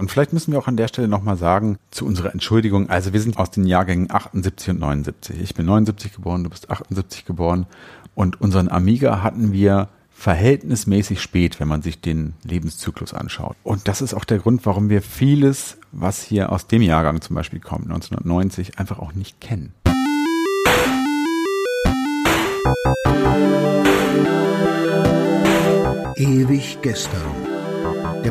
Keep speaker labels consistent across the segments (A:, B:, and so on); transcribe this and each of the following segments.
A: Und vielleicht müssen wir auch an der Stelle nochmal sagen, zu unserer Entschuldigung, also wir sind aus den Jahrgängen 78 und 79. Ich bin 79 geboren, du bist 78 geboren. Und unseren Amiga hatten wir verhältnismäßig spät, wenn man sich den Lebenszyklus anschaut. Und das ist auch der Grund, warum wir vieles, was hier aus dem Jahrgang zum Beispiel kommt, 1990, einfach auch nicht kennen.
B: Ewig gestern. Der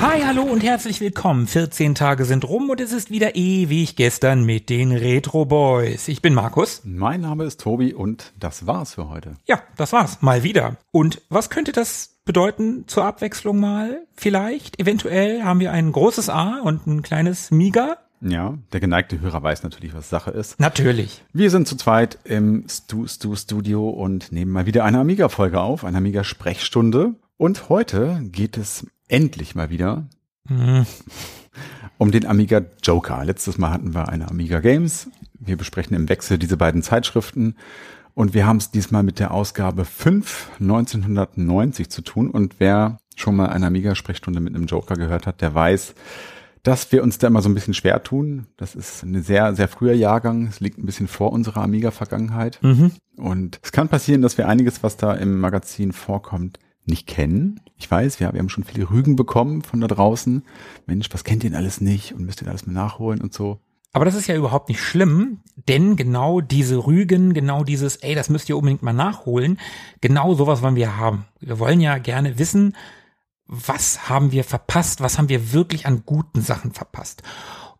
C: Hi, hallo und herzlich willkommen. 14 Tage sind rum und es ist wieder ewig gestern mit den Retro Boys. Ich bin Markus.
A: Mein Name ist Tobi und das war's für heute.
C: Ja, das war's. Mal wieder. Und was könnte das bedeuten zur Abwechslung mal? Vielleicht, eventuell haben wir ein großes A und ein kleines Miga.
A: Ja, der geneigte Hörer weiß natürlich, was Sache ist.
C: Natürlich.
A: Wir sind zu zweit im Stu Stu Studio und nehmen mal wieder eine Amiga-Folge auf, eine Amiga-Sprechstunde. Und heute geht es endlich mal wieder
C: Hm,
A: um den Amiga Joker. Letztes Mal hatten wir eine Amiga Games. Wir besprechen im Wechsel diese beiden Zeitschriften. Und wir haben es diesmal mit der Ausgabe 5 1990 zu tun. Und wer schon mal eine Amiga-Sprechstunde mit einem Joker gehört hat, der weiß, dass wir uns da immer so ein bisschen schwer tun. Das ist ein sehr, sehr früher Jahrgang. Es liegt ein bisschen vor unserer Amiga-Vergangenheit.
C: Mhm.
A: Und es kann passieren, dass wir einiges, was da im Magazin vorkommt, nicht kennen. Ich weiß, wir, wir haben schon viele Rügen bekommen von da draußen. Mensch, was kennt ihr denn alles nicht und müsst ihr denn alles mal nachholen und so.
C: Aber das ist ja überhaupt nicht schlimm, denn genau diese Rügen, genau dieses, ey, das müsst ihr unbedingt mal nachholen, genau sowas wollen wir haben. Wir wollen ja gerne wissen, was haben wir verpasst, was haben wir wirklich an guten Sachen verpasst.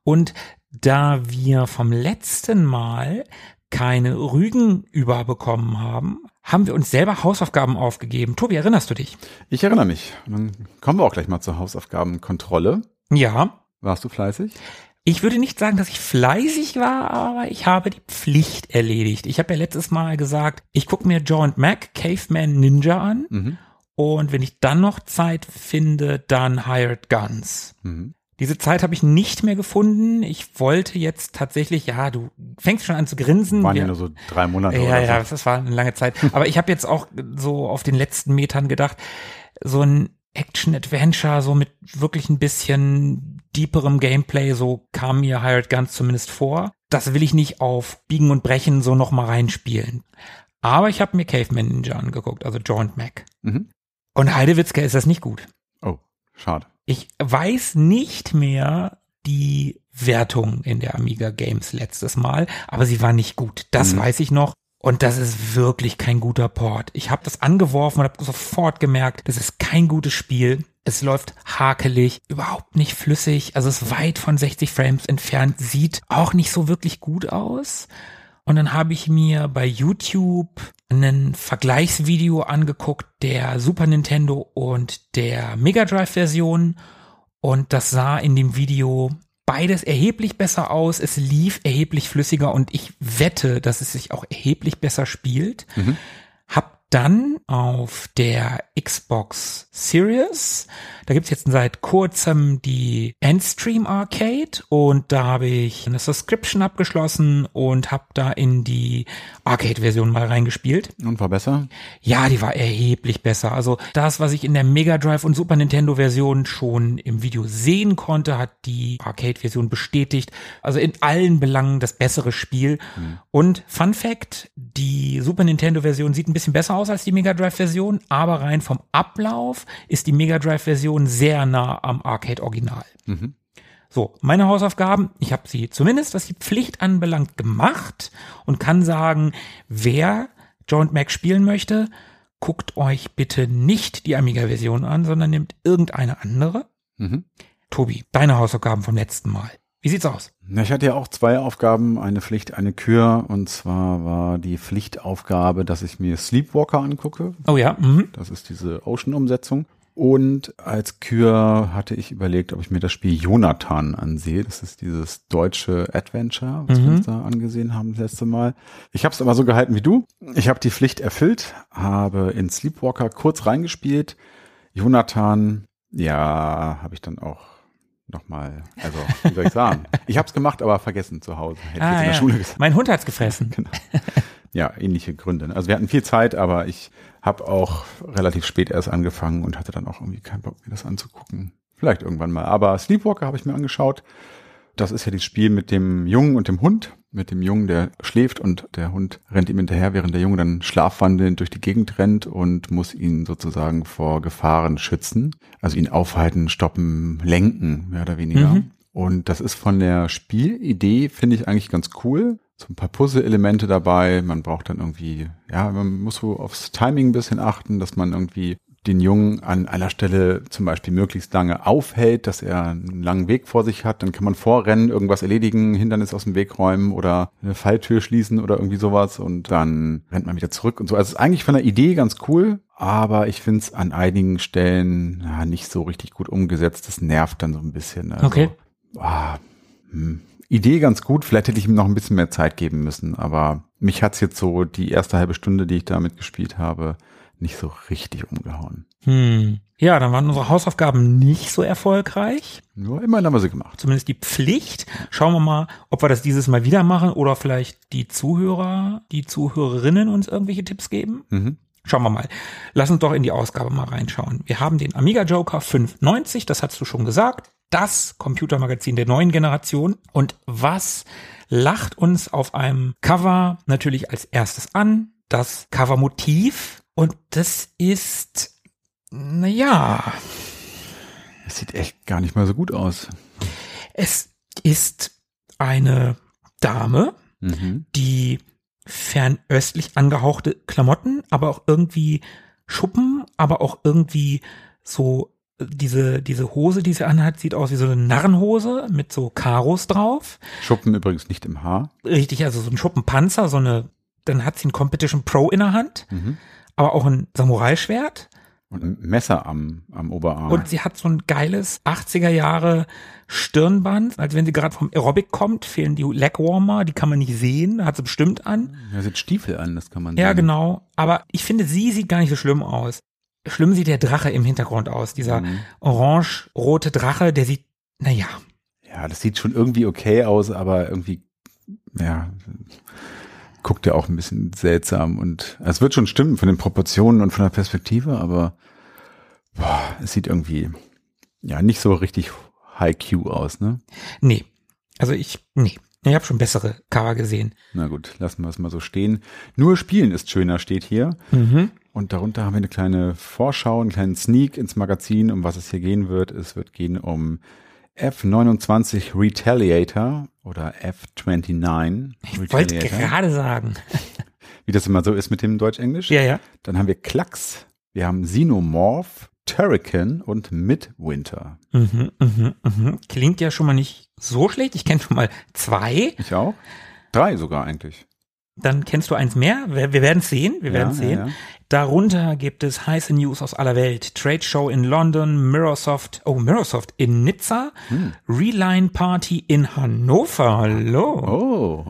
C: Und da wir vom letzten Mal keine Rügen überbekommen haben, haben wir uns selber Hausaufgaben aufgegeben. Tobi, erinnerst du dich?
A: Ich erinnere mich. Und dann kommen wir auch gleich mal zur Hausaufgabenkontrolle.
C: Ja.
A: Warst du fleißig?
C: Ich würde nicht sagen, dass ich fleißig war, aber ich habe die Pflicht erledigt. Ich habe ja letztes Mal gesagt, ich gucke mir John Mac, Caveman Ninja an
A: Mhm.
C: und wenn ich dann noch Zeit finde, dann Hired Guns.
A: Mhm.
C: Diese Zeit habe ich nicht mehr gefunden. Ich wollte jetzt tatsächlich, ja, du fängst schon an zu grinsen.
A: Waren ja
C: Wir-
A: nur so drei Monate
C: Hm, ja,
A: oder
C: ja,
A: so.
C: das war eine lange Zeit. Aber ich habe jetzt auch so auf den letzten Metern gedacht, so ein Action-Adventure, so mit wirklich ein bisschen deeperem Gameplay, so kam mir Hired Guns zumindest vor. Das will ich nicht auf Biegen und Brechen so nochmal reinspielen. Aber ich habe mir Caveman Ninja angeguckt, also Joint Mac.
A: Mhm.
C: Und Heidewitzka ist das nicht gut.
A: Oh, schade.
C: Ich weiß nicht mehr die Wertung in der Amiga Games letztes Mal, aber sie war nicht gut. Das
A: Mhm.
C: weiß ich noch. Und das ist wirklich kein guter Port. Ich habe das angeworfen und habe sofort gemerkt, das ist kein gutes Spiel. Es läuft hakelig, überhaupt nicht flüssig, also es ist weit von 60 Frames entfernt, sieht auch nicht so wirklich gut aus. Und dann habe ich mir bei YouTube ein Vergleichsvideo angeguckt der Super Nintendo und der Mega Drive Version. Und das sah in dem Video beides erheblich besser aus. Es lief erheblich flüssiger und ich wette, dass es sich auch erheblich besser spielt.
A: Mhm.
C: Hab dann auf der Xbox Series, da gibt's jetzt seit kurzem die Endstream Arcade und da habe ich eine Subscription abgeschlossen und hab da in die Arcade-Version mal reingespielt.
A: Und war besser?
C: Ja, die war erheblich besser. Also das, was ich in der Mega Drive und Super Nintendo Version schon im Video sehen konnte, hat die Arcade Version bestätigt. Also in allen Belangen das bessere Spiel. Und Fun Fact, die Super Nintendo Version sieht ein bisschen besser aus als die Mega Drive Version, aber rein vom Ablauf ist die Mega Drive Version sehr nah am Arcade Original.
A: Mhm.
C: So, meine Hausaufgaben, ich habe sie zumindest, was die Pflicht anbelangt, gemacht und kann sagen, wer John Mac spielen möchte, guckt euch bitte nicht die Amiga-Version an, sondern nehmt irgendeine andere.
A: Mhm.
C: Tobi, deine Hausaufgaben vom letzten Mal. Wie sieht's aus?
A: Na, ich hatte ja auch zwei Aufgaben, eine Pflicht, eine Kür. Und zwar war die Pflichtaufgabe, dass ich mir Sleepwalker angucke.
C: Oh ja, mhm.
A: Das ist diese Ocean-Umsetzung. Und als Kür hatte ich überlegt, ob ich mir das Spiel Jonathan ansehe. Das ist dieses deutsche Adventure, was wir uns da angesehen haben das letzte Mal. Ich habe es aber so gehalten wie du. Ich habe die Pflicht erfüllt, habe in Sleepwalker kurz reingespielt. Jonathan, ja, habe ich dann auch nochmal, also wie soll ich sagen? ich habe es gemacht, aber vergessen zu Hause. Hätte ich jetzt in der Schule Genau. gesagt.
C: Ah, Mein Hund hat's gefressen.
A: Ja, ähnliche Gründe. Also wir hatten viel Zeit, aber ich habe auch relativ spät erst angefangen und hatte dann auch irgendwie keinen Bock, mir das anzugucken. Vielleicht irgendwann mal. Aber Sleepwalker habe ich mir angeschaut. Das ist ja das Spiel mit dem Jungen und dem Hund. Mit dem Jungen, der schläft und der Hund rennt ihm hinterher, während der Junge dann schlafwandelnd durch die Gegend rennt und muss ihn sozusagen vor Gefahren schützen. Also ihn aufhalten, stoppen, lenken, mehr oder weniger. Und das ist von der Spielidee, finde ich eigentlich ganz cool. So ein paar Puzzle-Elemente dabei. Man braucht dann irgendwie, ja, man muss so aufs Timing ein bisschen achten, dass man irgendwie den Jungen an einer Stelle zum Beispiel möglichst lange aufhält, dass er einen langen Weg vor sich hat. Dann kann man vorrennen, irgendwas erledigen, Hindernis aus dem Weg räumen oder eine Falltür schließen oder irgendwie sowas. Und dann rennt man wieder zurück und so. Also es ist eigentlich von der Idee ganz cool. Aber ich finde es an einigen Stellen ja, nicht so richtig gut umgesetzt. Das nervt dann so ein bisschen. Also,
C: Okay.
A: ah, hm. Idee ganz gut. Vielleicht hätte ich ihm noch ein bisschen mehr Zeit geben müssen, aber mich hat's jetzt so die erste halbe Stunde, die ich damit gespielt habe, nicht so richtig umgehauen.
C: Hm. Ja, dann waren unsere Hausaufgaben nicht so erfolgreich.
A: Nur immerhin haben wir sie gemacht.
C: Zumindest die Pflicht. Schauen wir mal, ob wir das dieses Mal wieder machen oder vielleicht die Zuhörer, die Zuhörerinnen uns irgendwelche Tipps geben.
A: Mhm.
C: Schauen wir mal. Lass uns doch in die Ausgabe mal reinschauen. Wir haben den Amiga Joker 590, das hast du schon gesagt. Das Computermagazin der neuen Generation. Und was lacht uns auf einem Cover natürlich als erstes an? Das Covermotiv. Und das ist, naja,
A: Es sieht echt gar nicht mal so gut aus.
C: es ist eine Dame,
A: Mhm.
C: die fernöstlich angehauchte Klamotten, aber auch irgendwie Schuppen, aber auch irgendwie so äh, diese, diese Hose, die sie anhat, sieht aus wie so eine Narrenhose mit so Karos drauf.
A: Schuppen übrigens nicht im Haar.
C: Richtig, also so ein Schuppenpanzer, so eine, dann hat sie einen Competition Pro in der Hand,
A: Mhm.
C: aber auch ein Samurai-Schwert.
A: Und ein Messer am, am Oberarm.
C: Und sie hat so ein geiles 80er Jahre Stirnband, als wenn sie gerade vom Aerobic kommt, fehlen die Legwarmer, die kann man nicht sehen, hat sie bestimmt an.
A: er sieht Stiefel an, das kann man
C: Ja,
A: sehen.
C: genau. Aber ich finde, sie sieht gar nicht so schlimm aus. Schlimm sieht der Drache im Hintergrund aus. Dieser
A: Mhm.
C: orange-rote Drache, der sieht, naja,
A: Ja, das sieht schon irgendwie okay aus, aber irgendwie, ja, guckt ja auch ein bisschen seltsam und es wird schon stimmen von den Proportionen und von der Perspektive, aber boah, es sieht irgendwie, ja, nicht so richtig High Q aus, ne?
C: nee. Also ich, nee. Ich habe schon bessere Cover gesehen.
A: Na gut, lassen wir es mal so stehen. Nur spielen ist schöner, steht hier. Und darunter haben wir eine kleine Vorschau, einen kleinen Sneak ins Magazin, um was es hier gehen wird. Es wird gehen um F29 Retaliator oder F29
C: Ich wollte
A: ne?
C: gerade sagen.
A: Wie das immer so ist mit dem Deutsch-Englisch.
C: Ja, ja.
A: Dann haben wir Klacks, wir haben Xenomorph, Turrican und Midwinter.
C: Mhm, mhm, mhm. Klingt ja schon mal nicht so schlecht. Ich kenne schon mal zwei.
A: Ich auch. Drei sogar eigentlich.
C: Dann kennst du eins mehr. Wir, wir werden es sehen. Wir
A: Ja,
C: werden es
A: ja,
C: sehen.
A: ja.
C: Darunter gibt es heiße News aus aller Welt. Trade Show in London, Mirrorsoft, oh, Mirrorsoft in Nizza,
A: Hm.
C: Reline Party in Hannover. Hallo.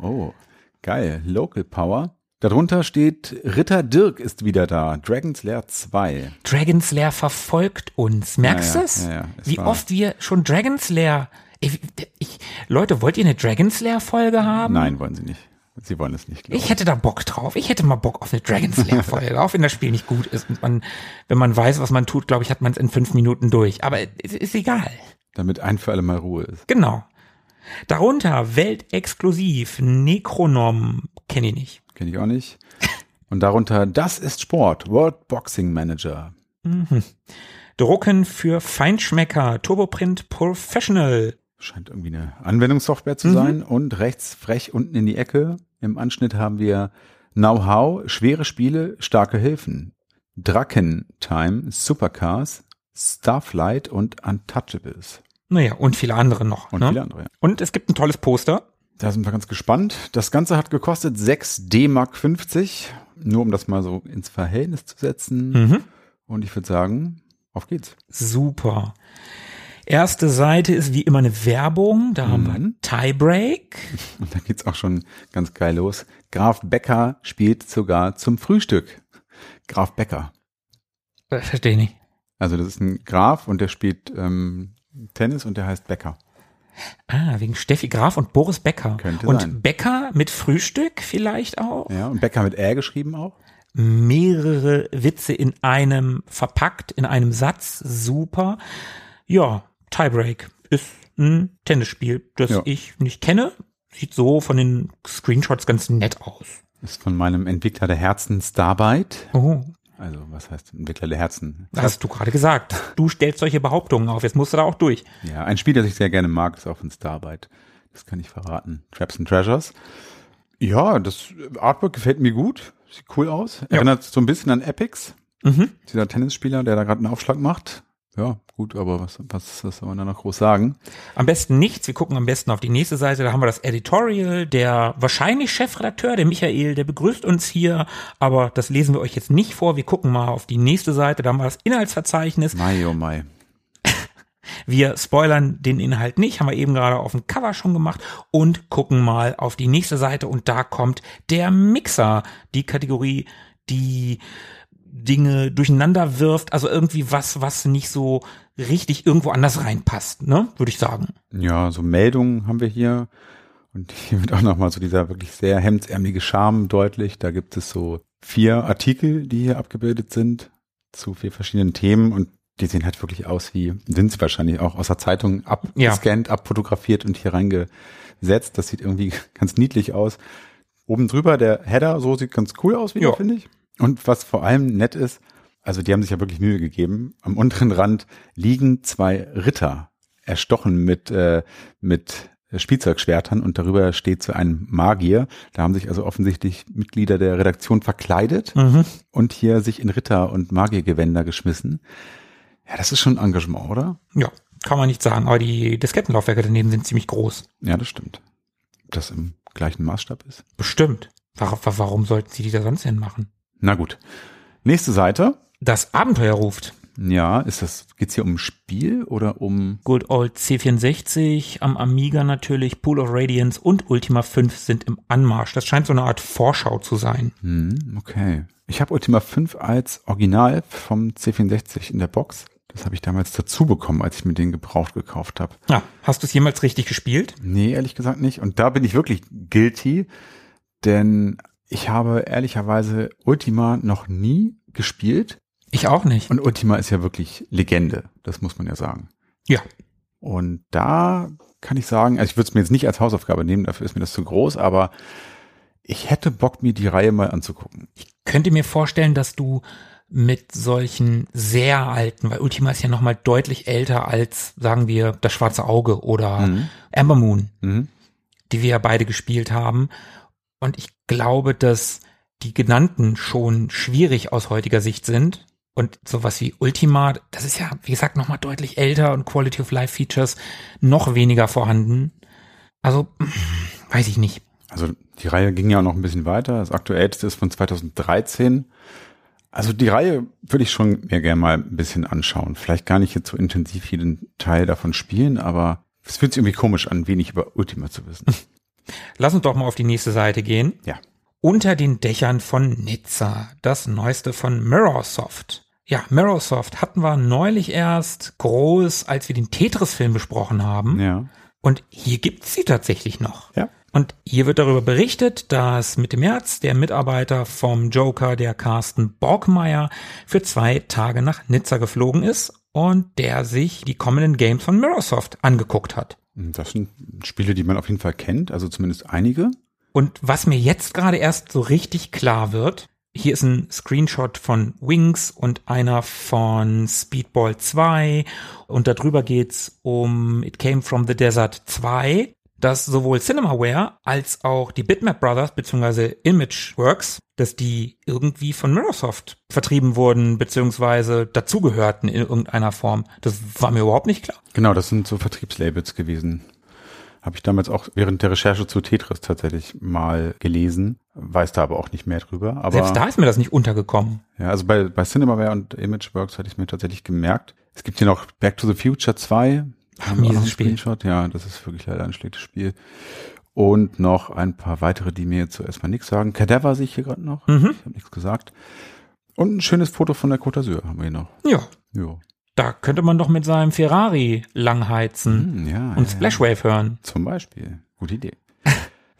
A: Oh, oh. Geil. Local Power. Darunter steht Ritter Dirk ist wieder da. Dragon's Lair 2.
C: Dragon's Lair verfolgt uns. Merkst
A: Ja, ja,
C: du's?
A: ja, ja. Es
C: Wie
A: war-
C: oft wir schon Dragon's Lair. Ich, ich, Leute, wollt ihr eine Dragon's Lair Folge haben?
A: Nein, wollen sie nicht. Sie wollen es nicht, glaub
C: Ich hätte da Bock drauf. Ich hätte mal Bock auf eine Dragon's Lair Folge, auch wenn das Spiel nicht gut ist und man, wenn man weiß, was man tut, glaube ich, hat man es in fünf Minuten durch. Aber es ist egal.
A: Damit ein für alle Mal Ruhe ist.
C: Genau. Darunter weltexklusiv Necronom, kenne ich nicht.
A: Kenne ich auch nicht. Und darunter, das ist Sport. World Boxing Manager.
C: Drucken für Feinschmecker, Turboprint Professional.
A: Scheint irgendwie eine Anwendungssoftware zu sein. Und rechts frech unten in die Ecke. Im Anschnitt haben wir Know-how, schwere Spiele, starke Hilfen. Draken Time, Supercars, Starflight und Untouchables.
C: Naja, und viele andere noch.
A: Und
C: ne?
A: viele andere.
C: und es gibt ein tolles Poster.
A: Da sind wir ganz gespannt. Das Ganze hat gekostet 6 D-Mark
C: Hm. Mhm.
A: 50. Nur um das mal so ins Verhältnis zu setzen. Und ich würde sagen, Auf geht's.
C: Super. Erste Seite ist wie immer eine Werbung. Da haben wir
A: Mhm.
C: einen Tiebreak.
A: Und da geht's auch schon ganz geil los. Graf Becker spielt sogar zum Frühstück. Graf Becker.
C: Äh, Verstehe ich nicht.
A: Also das ist ein Graf und der spielt ähm, Tennis und der heißt Becker.
C: Ah, wegen Steffi Graf und Boris Becker.
A: Könnte
C: und
A: sein.
C: Becker mit Frühstück vielleicht auch.
A: Ja, und Becker mit R geschrieben auch.
C: Mehrere Witze in einem verpackt, in einem Satz. Super. Ja, Tiebreak ist ein Tennisspiel, das
A: Ja.
C: ich nicht kenne. Sieht so von den Screenshots ganz nett aus.
A: Ist von meinem Entwickler der Herzen Starbite.
C: Oh,
A: Also was heißt Entwickler der Herzen?
C: das hast du gerade gesagt. Du stellst solche Behauptungen auf. Jetzt musst du da auch durch.
A: Ja, ein Spiel, das ich sehr gerne mag, ist auch von Starbite. Das kann ich verraten. Traps and Treasures. Ja, das Artwork gefällt mir gut. Sieht cool aus. Erinnert so ein bisschen an Epics.
C: Mhm.
A: Dieser Tennisspieler, der da gerade einen Aufschlag macht. Ja, gut, aber was, was, was soll man da noch groß sagen?
C: Am besten nichts. Wir gucken am besten auf die nächste Seite. Da haben wir das Editorial. Der wahrscheinlich Chefredakteur, der Michael, der begrüßt uns hier. Aber das lesen wir euch jetzt nicht vor. Wir gucken mal auf die nächste Seite. Da haben wir das Inhaltsverzeichnis.
A: Mai, oh Mai.
C: Wir spoilern den Inhalt nicht. Haben wir eben gerade auf dem Cover schon gemacht. Und gucken mal auf die nächste Seite. Und da kommt der Mixer. Die Kategorie, die Dinge durcheinander wirft. Also irgendwie was, was nicht so richtig irgendwo anders reinpasst. Ne? Würde ich sagen.
A: Ja, so Meldungen haben wir hier. Und hier wird auch nochmal so dieser wirklich sehr hemdsärmelige Charme deutlich. Da gibt es so vier Artikel, die hier abgebildet sind zu vier verschiedenen Themen und die sehen halt wirklich aus wie, sind sie wahrscheinlich auch aus der Zeitung abgescannt, abfotografiert und hier reingesetzt. Das sieht irgendwie ganz niedlich aus. Oben drüber der Header, so sieht ganz cool aus wieder,
C: Ja.
A: finde ich. Und was vor allem nett ist, also die haben sich ja wirklich Mühe gegeben. Am unteren Rand liegen zwei Ritter, erstochen mit, äh, mit Spielzeugschwertern und darüber steht so ein Magier. Da haben sich also offensichtlich Mitglieder der Redaktion verkleidet
C: Mhm.
A: und hier sich in Ritter- und Magiergewänder geschmissen. Ja, das ist schon Engagement, oder?
C: Ja, kann man nicht sagen, aber die Diskettenlaufwerke daneben sind ziemlich groß.
A: Ja, das stimmt. Ob Das im gleichen Maßstab ist.
C: Bestimmt. Warum, warum sollten sie die da sonst hin machen?
A: Na gut. Nächste Seite.
C: Das Abenteuer ruft.
A: Ja, ist das, geht's hier um ein Spiel oder um,
C: Good Old C64, am Amiga natürlich, Pool of Radiance und Ultima 5 sind im Anmarsch. Das scheint so eine Art Vorschau zu sein.
A: hm, okay. Ich habe Ultima 5 als Original vom C64 in der Box. Das habe ich damals dazu bekommen, als ich mir den gebraucht gekauft habe.
C: Ja, hast du es jemals richtig gespielt?
A: Nee, ehrlich gesagt nicht. Und da bin ich wirklich guilty, denn ich habe ehrlicherweise Ultima noch nie gespielt.
C: Ich auch nicht.
A: Und Ultima ist ja wirklich Legende, das muss man ja sagen.
C: Ja.
A: Und da kann ich sagen, also ich würde es mir jetzt nicht als Hausaufgabe nehmen, dafür ist mir das zu groß, aber ich hätte Bock, mir die Reihe mal anzugucken.
C: könnte mir vorstellen, dass du mit solchen sehr alten, weil Ultima ist ja nochmal deutlich älter als, sagen wir, das Schwarze Auge oder Amber Moon,
A: Mhm.
C: die wir ja beide gespielt haben. Und ich glaube, dass die genannten schon schwierig aus heutiger Sicht sind. Und sowas wie Ultima, das ist ja, wie gesagt, nochmal deutlich älter und Quality of Life Features noch weniger vorhanden. Also, weiß ich nicht.
A: Also die Reihe ging ja noch ein bisschen weiter. Das aktuellste ist von 2013. Also die Reihe würde ich schon mir gerne mal ein bisschen anschauen. Vielleicht gar nicht jetzt so intensiv jeden Teil davon spielen, aber es fühlt sich irgendwie komisch an, wenig über Ultima zu wissen.
C: Lass uns doch mal auf die nächste Seite gehen.
A: Ja.
C: Unter den Dächern von Nizza, das neueste von Mirrorsoft. Ja, Mirrorsoft hatten wir neulich erst groß, als wir den Tetris-Film besprochen haben.
A: Ja.
C: Und hier gibt's sie tatsächlich noch.
A: Ja.
C: Und hier wird darüber berichtet, dass Mitte März der Mitarbeiter vom Joker, der Carsten Borgmeier, für zwei Tage nach Nizza geflogen ist und der sich die kommenden Games von Mirrorsoft angeguckt hat.
A: Das sind Spiele, die man auf jeden Fall kennt, also zumindest einige.
C: Und was mir jetzt gerade erst so richtig klar wird, hier ist ein Screenshot von Wings und einer von Speedball 2 und darüber geht's um It Came From The Desert 2, dass sowohl Cinemaware als auch die Bitmap Brothers bzw. Imageworks, dass die irgendwie von Mirrorsoft vertrieben wurden bzw. dazugehörten in irgendeiner Form. Das war mir überhaupt nicht klar.
A: Genau, das sind so Vertriebslabels gewesen. Habe ich damals auch während der Recherche zu Tetris tatsächlich mal gelesen, weiß da aber auch nicht mehr drüber. Aber
C: Selbst da ist mir das nicht untergekommen.
A: ja, also bei, bei Cinemaware und Imageworks hatte ich mir tatsächlich gemerkt. Es gibt hier noch Back to the Future 2. Haben wir auch
C: mieses
A: einen
C: Spiel.
A: Screenshot. Ja, das ist wirklich leider ein schlechtes Spiel. Und noch ein paar weitere, die mir jetzt so erstmal nichts sagen. Cadaver sehe ich hier gerade noch.
C: Mhm.
A: Ich habe nichts gesagt. Und ein schönes Foto von der Côte d'Azur haben wir hier noch.
C: Ja,
A: Jo.
C: da könnte man doch mit seinem Ferrari langheizen
A: Hm, ja.
C: Mhm. und
A: ja,
C: Splashwave hören.
A: ja. Zum Beispiel. Gute Idee.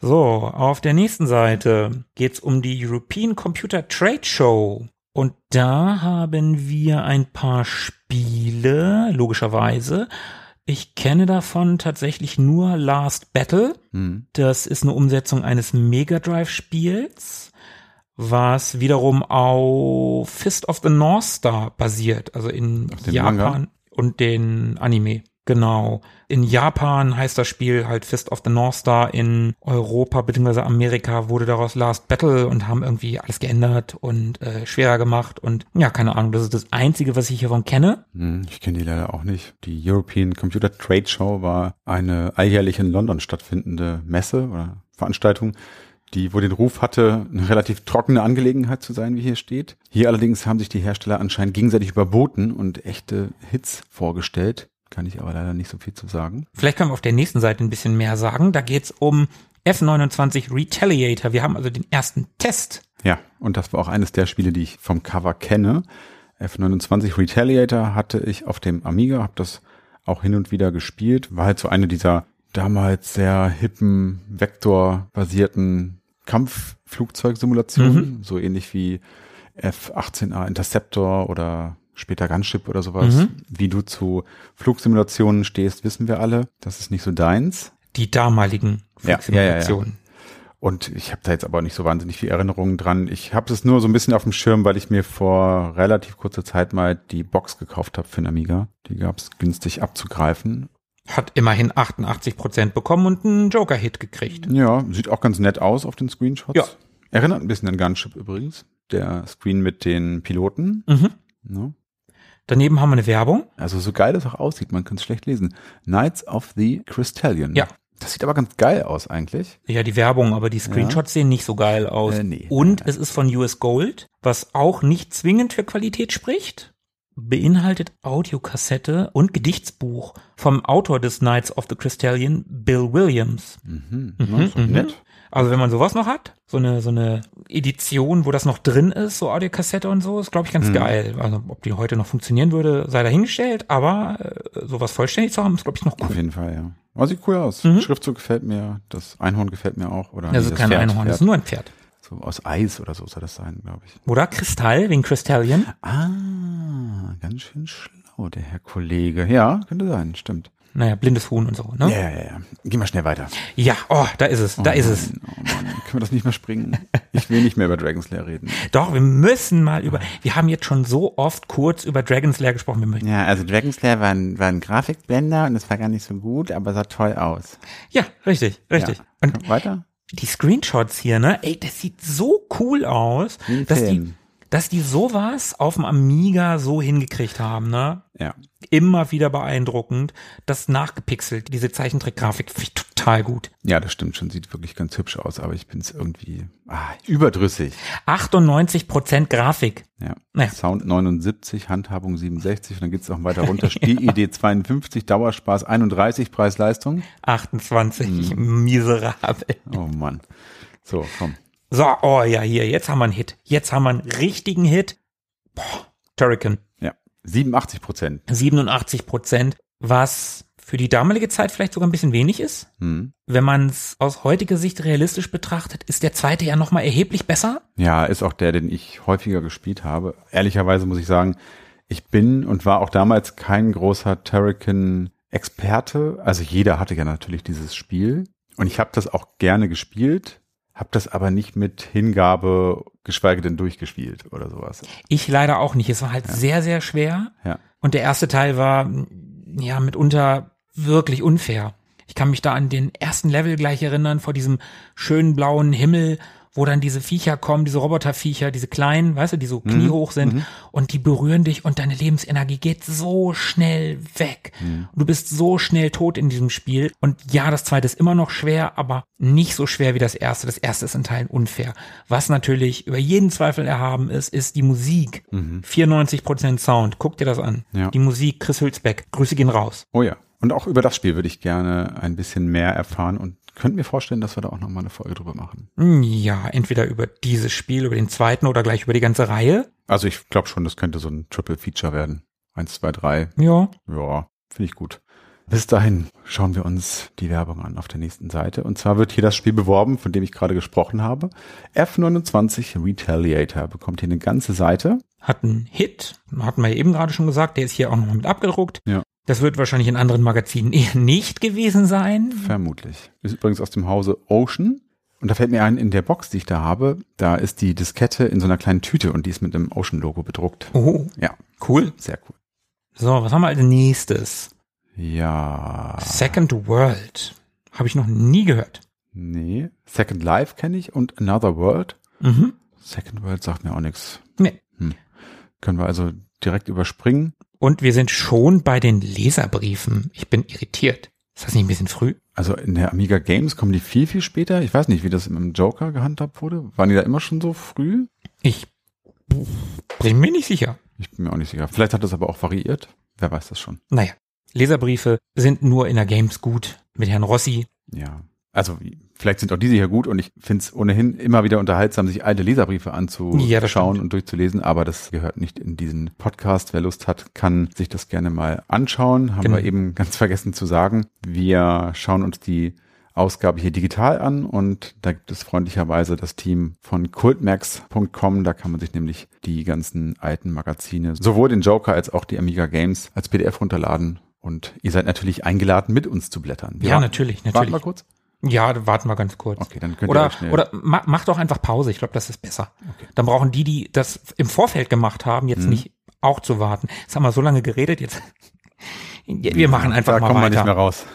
C: So, auf der nächsten Seite geht's um die European Computer Trade Show. Und da haben wir ein paar Spiele, logischerweise. Ich kenne davon tatsächlich nur Last Battle.
A: Hm.
C: Das ist eine Umsetzung eines Mega Drive-Spiels, was wiederum auf Fist of the North Star basiert, also in
A: Auf dem
C: Japan
A: Manga?
C: und den Anime. Genau. In Japan heißt das Spiel halt Fist of the North Star. In Europa bzw. Amerika wurde daraus Last Battle und haben irgendwie alles geändert und äh, schwerer gemacht. Und ja, keine Ahnung, das ist das Einzige, was ich hiervon kenne.
A: Hm, Ich kenne die leider auch nicht. Die European Computer Trade Show war eine alljährlich in London stattfindende Messe oder Veranstaltung, die wohl den Ruf hatte, eine relativ trockene Angelegenheit zu sein, wie hier steht. Hier allerdings haben sich die Hersteller anscheinend gegenseitig überboten und echte Hits vorgestellt. Kann ich aber leider nicht so viel zu sagen.
C: Vielleicht können wir auf der nächsten Seite ein bisschen mehr sagen. Da geht's um F29 Retaliator. Wir haben also den ersten Test
A: Ja, und das war auch eines der Spiele, die ich vom Cover kenne. F29 Retaliator hatte ich auf dem Amiga, habe das auch hin und wieder gespielt. War halt so eine dieser damals sehr hippen, vektorbasierten Kampfflugzeugsimulationen, so ähnlich wie F-18A Interceptor oder später Gunship oder sowas. Wie du zu Flugsimulationen stehst, wissen wir alle. Das ist nicht so deins.
C: die damaligen
A: Ja,
C: Flugsimulationen.
A: Und ich habe da jetzt aber auch nicht so wahnsinnig viel Erinnerungen dran. Ich habe es nur so ein bisschen auf dem Schirm, weil ich mir vor relativ kurzer Zeit mal die Box gekauft habe für den Amiga. Die gab es günstig abzugreifen.
C: Hat immerhin 88 Prozent bekommen und einen Joker-Hit gekriegt.
A: Ja, sieht auch ganz nett aus auf den Screenshots.
C: Ja.
A: Erinnert ein bisschen an Gunship übrigens. Der Screen mit den Piloten.
C: Mhm.
A: Ne?
C: Daneben haben wir eine Werbung.
A: Also so geil das auch aussieht, man kann es schlecht lesen. Knights of the Crystallion.
C: Ja.
A: Das sieht aber ganz geil aus eigentlich.
C: Ja, die Werbung, aber die Screenshots sehen nicht so geil aus.
A: Äh, nee.
C: Und es ist von US Gold, was auch nicht zwingend für Qualität spricht. Beinhaltet Audiokassette und Gedichtsbuch vom Autor des Knights of the Crystallion, Bill Williams.
A: Mhm. Ne? So
C: mhm.
A: nett.
C: Also wenn man sowas noch hat, so eine, so eine Edition, wo das noch drin ist, so Audiokassette und so, ist glaube ich ganz geil. Also ob die heute noch funktionieren würde, sei dahingestellt, aber äh, sowas vollständig zu haben, ist glaube ich noch
A: Auf
C: cool.
A: jeden Fall, ja. Aber sieht cool aus. Schriftzug gefällt mir, das Einhorn gefällt mir auch. Oder
C: Also
A: nee, das
C: kein
A: Pferd, Pferd.
C: Einhorn, das Mhm. ist nur ein Pferd.
A: So aus Eis oder so soll das sein, glaube ich.
C: Oder Kristall, wegen Crystallion.
A: Ah, ganz schön schlau, der Herr Kollege. Ja, könnte sein, stimmt.
C: Naja, blindes Huhn und so, ne?
A: Ja, ja, ja. Geh mal schnell weiter.
C: Ja, oh, da ist es, da ist es.
A: Nein, Oh Mann, können wir das nicht mehr springen? Ich will nicht mehr über Dragon's Lair reden.
C: Doch, wir müssen mal über, wir haben jetzt schon so oft kurz über Dragon's Lair gesprochen, wir möchten.
A: Ja, also Dragon's Lair war ein, war ein Grafikblender und es war gar nicht so gut, aber sah toll aus.
C: Ja, richtig, richtig. Und
A: weiter?
C: die Screenshots hier, ne? Ey, das sieht so cool aus,
A: Wie ein
C: dass die,
A: Film.
C: dass die sowas auf dem Amiga so hingekriegt haben, ne?
A: Ja.
C: Immer wieder beeindruckend, das nachgepixelt, diese Zeichentrickgrafik, finde ich total gut.
A: Ja, das stimmt schon, sieht wirklich ganz hübsch aus, aber ich bin es irgendwie ah, überdrüssig.
C: 98% Grafik.
A: Ja.
C: Naja.
A: Sound 79, Handhabung 67 und dann geht's noch weiter runter. Stehidee 52, Dauerspaß 31, Preis-Leistung.
C: 28,
A: Hm.
C: miserabel.
A: Oh Mann. So, komm.
C: So, oh ja, hier, jetzt haben wir einen Hit. Jetzt haben wir einen richtigen Hit. Boah, Turrican.
A: Ja. 87 Prozent.
C: 87%, was für die damalige Zeit vielleicht sogar ein bisschen wenig ist.
A: Hm.
C: Wenn man es aus heutiger Sicht realistisch betrachtet, ist der zweite ja nochmal erheblich besser.
A: Ja, ist auch der, den ich häufiger gespielt habe. Ehrlicherweise muss ich sagen, ich bin und war auch damals kein großer Terrican-Experte. Also jeder hatte ja natürlich dieses Spiel. Und ich habe das auch gerne gespielt, habe das aber nicht mit Hingabe, geschweige denn durchgespielt oder sowas.
C: Ich leider auch nicht. Es war halt sehr, sehr schwer.
A: Ja.
C: Und der erste Teil war mm, ja mitunter wirklich unfair. Ich kann mich da an den ersten Level gleich erinnern, vor diesem schönen blauen Himmel, wo dann diese Viecher kommen, diese Roboterviecher, diese kleinen, weißt du, die so kniehoch sind und die berühren dich und deine Lebensenergie geht so schnell weg.
A: Mhm.
C: Und du bist so schnell tot in diesem Spiel. Und ja, das zweite ist immer noch schwer, aber nicht so schwer wie das erste. Das erste ist in Teilen unfair. Was natürlich über jeden Zweifel erhaben ist, ist die Musik. 94% Sound. Guck dir das an.
A: Mhm. Ja.
C: Die Musik, Chris Hülsbeck. Grüße gehen raus.
A: Oh ja. Und auch über das Spiel würde ich gerne ein bisschen mehr erfahren und könnte mir vorstellen, dass wir da auch nochmal eine Folge drüber machen.
C: Hm, Ja, entweder über dieses Spiel, über den zweiten oder gleich über die ganze Reihe.
A: Also ich glaube schon, das könnte so ein Triple Feature werden. Eins, zwei, drei.
C: Ja.
A: Ja, finde ich gut. Bis dahin schauen wir uns die Werbung an auf der nächsten Seite. Und zwar wird hier das Spiel beworben, von dem ich gerade gesprochen habe. F29 Retaliator bekommt hier eine ganze Seite.
C: Hat einen Hit, hatten wir eben gerade schon gesagt, der ist hier auch nochmal mit abgedruckt.
A: Ja.
C: Das wird wahrscheinlich in anderen Magazinen eher nicht gewesen sein.
A: Vermutlich. Ist übrigens aus dem Hause Ocean. Und da fällt mir ein, in der Box, die ich da habe, da ist die Diskette in so einer kleinen Tüte und die ist mit einem Ocean-Logo bedruckt.
C: Oh,
A: Ja,
C: cool.
A: sehr cool.
C: So, was haben wir als nächstes?
A: Ja.
C: Ah. Second World. Habe ich noch nie gehört.
A: Nee. Second Life kenne ich und Another World.
C: Mhm.
A: Second World sagt mir auch nichts.
C: Nee.
A: Können wir also direkt überspringen.
C: Und wir sind schon bei den Leserbriefen. Ich bin irritiert. Ist das nicht ein bisschen früh?
A: Also in der Amiga Games kommen die viel, viel später. Ich weiß nicht, wie das im Joker gehandhabt wurde. Waren die da immer schon so früh?
C: Ich bin mir nicht sicher.
A: Ich bin mir auch nicht sicher. Vielleicht hat das aber auch variiert. Wer weiß das schon.
C: Naja, Leserbriefe sind nur in der Games gut. Mit Herrn Rossi.
A: Ja. Also vielleicht sind auch diese hier gut und ich finde es ohnehin immer wieder unterhaltsam, sich alte Leserbriefe
C: Ja, das
A: anzuschauen und durchzulesen, aber das gehört nicht in diesen Podcast. Wer Lust hat, kann sich das gerne mal anschauen. Haben
C: Genau.
A: wir eben ganz vergessen zu sagen. Wir schauen uns die Ausgabe hier digital an und da gibt es freundlicherweise das Team von cultmax.com. Da kann man sich nämlich die ganzen alten Magazine, sowohl den Joker als auch die Amiga Games als PDF runterladen. Und ihr seid natürlich eingeladen, mit uns zu blättern. Wir
C: Ja,
A: warten-
C: natürlich,
A: Warten
C: natürlich.
A: wir kurz.
C: Ja, da warten wir ganz kurz.
A: Okay, dann könnt ihr
C: oder,
A: euch schnell-
C: Oder ma mach doch einfach Pause. Ich glaube, das ist besser. Dann brauchen die, die das im Vorfeld gemacht haben,
A: Mhm.
C: jetzt nicht auch zu warten. Jetzt haben wir so lange geredet, jetzt. Wir machen
A: Mhm.
C: einfach
A: da
C: mal
A: kommen wir
C: weiter.
A: nicht mehr raus.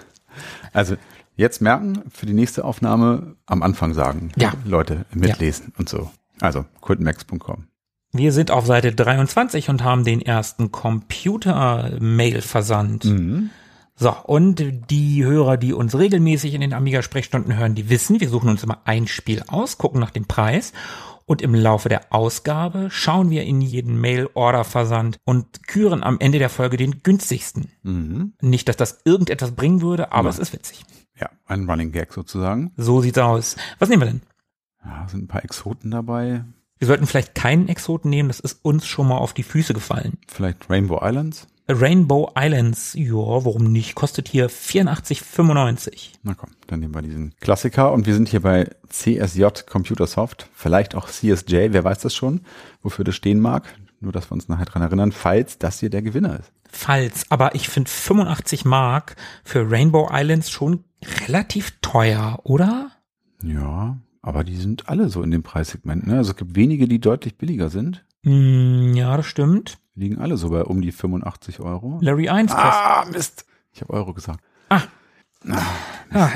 A: Also jetzt merken, für die nächste Aufnahme am Anfang sagen.
C: Ja.
A: Leute mitlesen und so. Also kultmax.com.
C: wir sind auf Seite 23 und haben den ersten Computer-Mail-Versand. So, und die Hörer, die uns regelmäßig in den Amiga-Sprechstunden hören, die wissen, wir suchen uns immer ein Spiel aus, gucken nach dem Preis und im Laufe der Ausgabe schauen wir in jeden Mail-Order-Versand und küren am Ende der Folge den günstigsten. Nicht, dass das irgendetwas bringen würde, aber es ist witzig.
A: Ja, ein Running Gag sozusagen.
C: So sieht's aus. Was nehmen wir denn?
A: Ja, sind ein paar Exoten dabei.
C: Wir sollten vielleicht keinen Exoten nehmen, das ist uns schon mal auf die Füße gefallen.
A: Vielleicht Rainbow Islands.
C: Rainbow Islands, ja, warum nicht? Kostet hier 84,95.
A: Na komm, dann nehmen wir diesen Klassiker. Und wir sind hier bei CSJ Computer Soft. Vielleicht auch CSJ, wer weiß das schon, wofür das stehen mag. Nur, dass wir uns nachher dran erinnern, falls das hier der Gewinner ist.
C: Falls, aber ich finde 85 Mark für Rainbow Islands schon relativ teuer, oder?
A: Ja, aber die sind alle so in dem Preissegment. Ne? Also es gibt wenige, die deutlich billiger sind.
C: Hm, ja, das stimmt.
A: Die liegen alle so bei um die 85 Euro.
C: Larry 1 kostet. Ah,
A: Ah, Mist. Ich habe Euro gesagt.
C: Ah,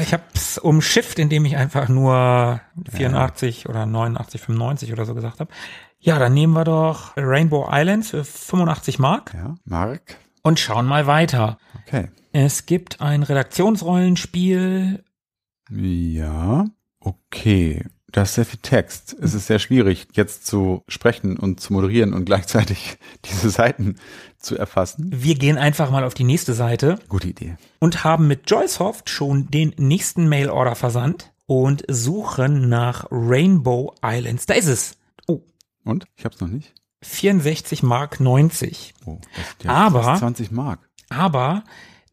C: ich hab's umschifft, indem ich einfach nur 84 oder 89, 95 oder so gesagt habe. Ja, dann nehmen wir doch Rainbow Islands für 85 Mark
A: Ja, Mark.
C: und schauen mal weiter.
A: Okay.
C: Es gibt ein Redaktionsrollenspiel.
A: Ja, okay. Da ist sehr viel Text. Es ist sehr schwierig, jetzt zu sprechen und zu moderieren und gleichzeitig diese Seiten zu erfassen.
C: Wir gehen einfach mal auf die nächste Seite.
A: Gute Idee.
C: und haben mit Joysoft schon den nächsten Mail-Order versandt und suchen nach Rainbow Islands. Da ist es. Oh,
A: Und? Ich habe es noch nicht.
C: 64 Mark 90.
A: Oh, das sind
C: Aber-
A: fast 20 Mark.
C: Aber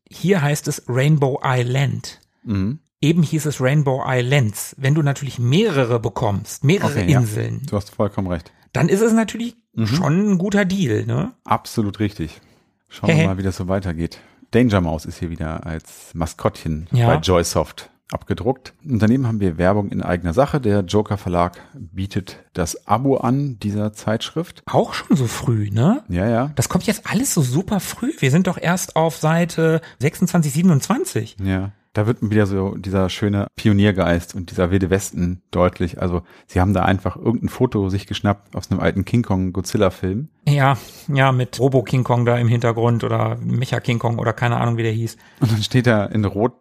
C: hier heißt es Rainbow Island.
A: Mhm.
C: Eben hieß es Rainbow Islands. Wenn du natürlich mehrere bekommst, mehrere
A: Okay, ja. Mhm.
C: Inseln,
A: Du hast vollkommen recht.
C: dann ist es natürlich schon ein guter Deal, ne?
A: Absolut richtig. Schauen wir
C: Hehe.
A: mal, wie das so weitergeht. Danger Mouse ist hier wieder als Maskottchen
C: Ja.
A: bei Joysoft abgedruckt. Und daneben haben wir Werbung in eigener Sache. Der Joker Verlag bietet das Abo an dieser Zeitschrift.
C: Auch schon so früh, ne?
A: Ja, ja.
C: Das kommt jetzt alles so super früh. Wir sind doch erst auf Seite 26, 27.
A: Ja. Da wird wieder so dieser schöne Pioniergeist und dieser wilde Westen deutlich. Also sie haben da einfach irgendein Foto sich geschnappt aus einem alten King Kong Godzilla Film.
C: Ja, ja, mit Robo King Kong da im Hintergrund oder Mecha King Kong oder keine Ahnung, wie der hieß.
A: Und dann steht da in rot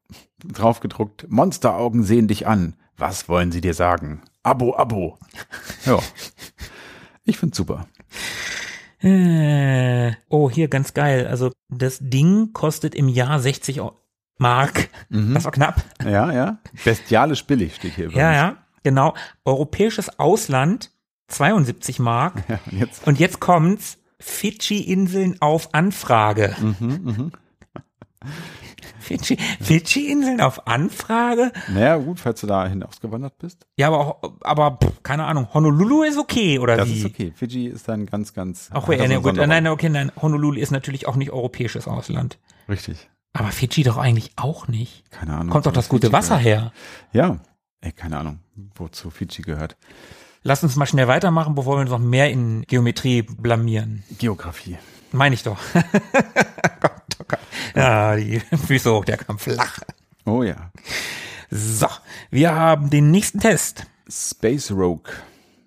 A: draufgedruckt, Monsteraugen sehen dich an. Was wollen sie dir sagen? Abo, Abo. Ja. Ich find's super.
C: Äh, oh, hier ganz geil. Also das Ding kostet im Jahr 60 Eu- Mark.
A: Mhm.
C: Das war knapp.
A: Ja, ja. Bestialisch billig steht hier übrigens.
C: Ja, ja, genau. Europäisches Ausland 72 Mark.
A: ja. Und jetzt
C: Und jetzt kommt's. Fidschi-Inseln auf Anfrage.
A: Mhm,
C: Fidschi, Fidschi-Inseln auf Anfrage?
A: Naja, gut, falls du dahin ausgewandert bist.
C: Ja, aber auch, aber pff, keine Ahnung. Honolulu ist okay, oder
A: Das
C: wie?
A: ist okay. Fiji ist dann ganz, ganz.
C: Also Ach,
A: hat da
C: ja,
A: so
C: nee,
A: eine
C: gut.
A: Sonderrolle.
C: Nein, okay, nein. Honolulu ist natürlich auch nicht europäisches Ausland.
A: Richtig.
C: Aber Fidschi doch eigentlich auch nicht.
A: Keine Ahnung.
C: Kommt doch
A: wo
C: das gute
A: Fiji
C: Wasser her.
A: gehört. Ja. Ey, keine Ahnung, wozu Fiji gehört.
C: Lass uns mal schnell weitermachen, bevor wir uns noch mehr in Geometrie blamieren.
A: Geografie.
C: Meine ich doch. Gott, oh Gott. Ja, die Füße hoch, der kam flach.
A: Oh ja.
C: So, wir haben den nächsten Test.
A: Space Rogue.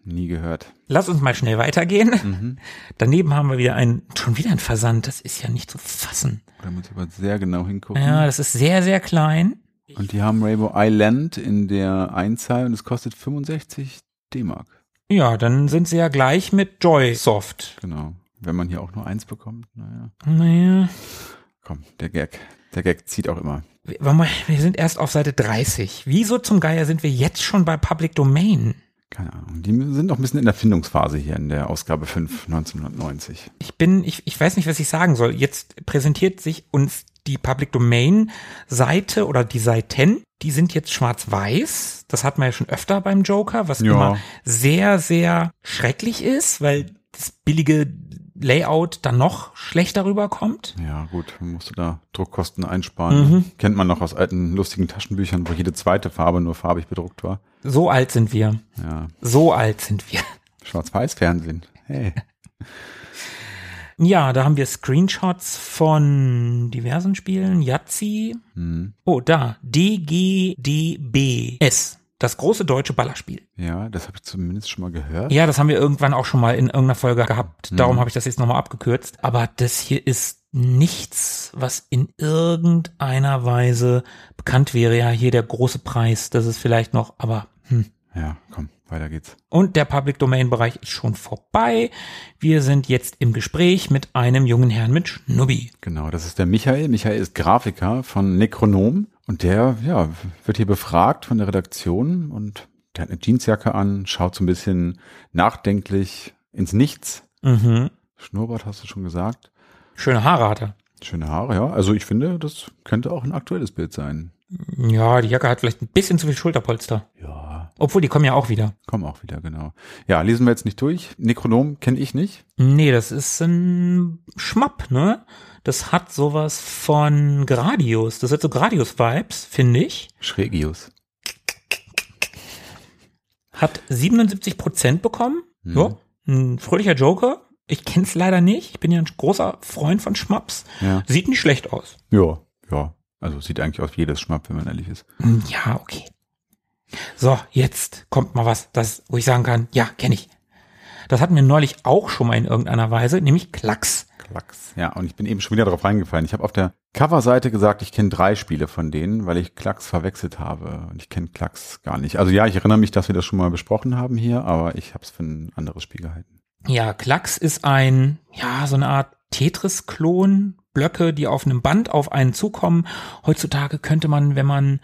A: Nie gehört.
C: Lass uns mal schnell weitergehen.
A: Mhm.
C: Daneben haben wir wieder einen, schon wieder einen Versand. Das ist ja nicht zu fassen.
A: Da muss ich aber sehr genau hingucken.
C: Ja, das ist sehr, sehr klein.
A: Und die haben Rainbow Island in der Einzahl und es kostet 65 D-Mark.
C: Ja, dann sind sie ja gleich mit Joysoft.
A: Genau. Wenn man hier auch nur eins bekommt, naja.
C: Naja,
A: Komm, der Gag. Der Gag zieht auch immer.
C: wir, warte mal, wir sind erst auf Seite 30. Wieso zum Geier sind wir jetzt schon bei Public Domain?
A: Keine Ahnung. Die sind noch ein bisschen in der Findungsphase hier in der Ausgabe 5 1990.
C: Ich bin, ich, ich weiß nicht, was ich sagen soll. Jetzt präsentiert sich uns die Public Domain Seite oder die Seiten. Die sind jetzt schwarz-weiß. Das hat man ja schon öfter beim Joker, was
A: Ja.
C: immer sehr, sehr schrecklich ist, weil das billige Layout dann noch schlechter rüberkommt.
A: Ja, gut, man musste da Druckkosten einsparen. Kennt man noch aus alten lustigen Taschenbüchern, wo jede zweite Farbe nur farbig bedruckt war.
C: So alt sind wir.
A: Ja,
C: So alt sind wir.
A: Schwarz-Weiß-Fernsehen. Hey.
C: Ja, da haben wir Screenshots von diversen Spielen. Yazzi. Oh, da. DGDBS. Das große deutsche Ballerspiel.
A: Ja, das habe ich zumindest schon mal gehört.
C: Ja, das haben wir irgendwann auch schon mal in irgendeiner Folge gehabt. Darum habe ich das jetzt nochmal abgekürzt. Aber das hier ist nichts, was in irgendeiner Weise bekannt wäre. Ja, hier der große Preis, das ist vielleicht noch, aber hm.
A: Ja, komm, weiter geht's.
C: Und der Public Domain Bereich ist schon vorbei. Wir sind jetzt im Gespräch mit einem jungen Herrn mit Schnubbi.
A: Genau, das ist der Michael. Michael ist Grafiker von Necronom und der, ja, wird hier befragt von der Redaktion und der hat eine Jeansjacke an, schaut so ein bisschen nachdenklich ins Nichts.
C: Mhm.
A: Schnurrbart hast du schon gesagt.
C: Schöne Haare hat er.
A: Schöne Haare, ja. Also ich finde, das könnte auch ein aktuelles Bild sein.
C: Ja, die Jacke hat vielleicht ein bisschen zu viel Schulterpolster.
A: Ja,
C: Obwohl, die kommen ja auch wieder.
A: Kommen auch wieder, genau. Ja, lesen wir jetzt nicht durch. Necronom kenne ich nicht.
C: Nee, das ist ein Schmapp, ne? Das hat sowas von Gradius. Das hat so Gradius-Vibes, finde ich.
A: Schregius.
C: Hat 77 Prozent bekommen. Ja, ein fröhlicher Joker. Ich kenn's leider nicht. Ich bin ja ein großer Freund von Schmaps.
A: Ja.
C: Sieht nicht schlecht aus.
A: Ja, ja. Also sieht eigentlich aus wie jedes Schmapp, wenn man ehrlich ist.
C: Hm, Ja, okay. So, jetzt kommt mal was, das, wo ich sagen kann, ja, kenne ich. Das hatten wir neulich auch schon mal in irgendeiner Weise, nämlich Klacks.
A: Klacks. Ja, und ich bin eben schon wieder drauf reingefallen. Ich habe auf der Coverseite gesagt, ich kenne drei Spiele von denen, weil ich Klacks verwechselt habe. Und ich kenne Klacks gar nicht. Also ja, ich erinnere mich, dass wir das schon mal besprochen haben hier, aber ich habe es für ein anderes Spiel gehalten.
C: Ja, Klacks ist ein, ja, so eine Art Tetris-Klon, Blöcke, die auf einem Band auf einen zukommen. Heutzutage könnte man, wenn man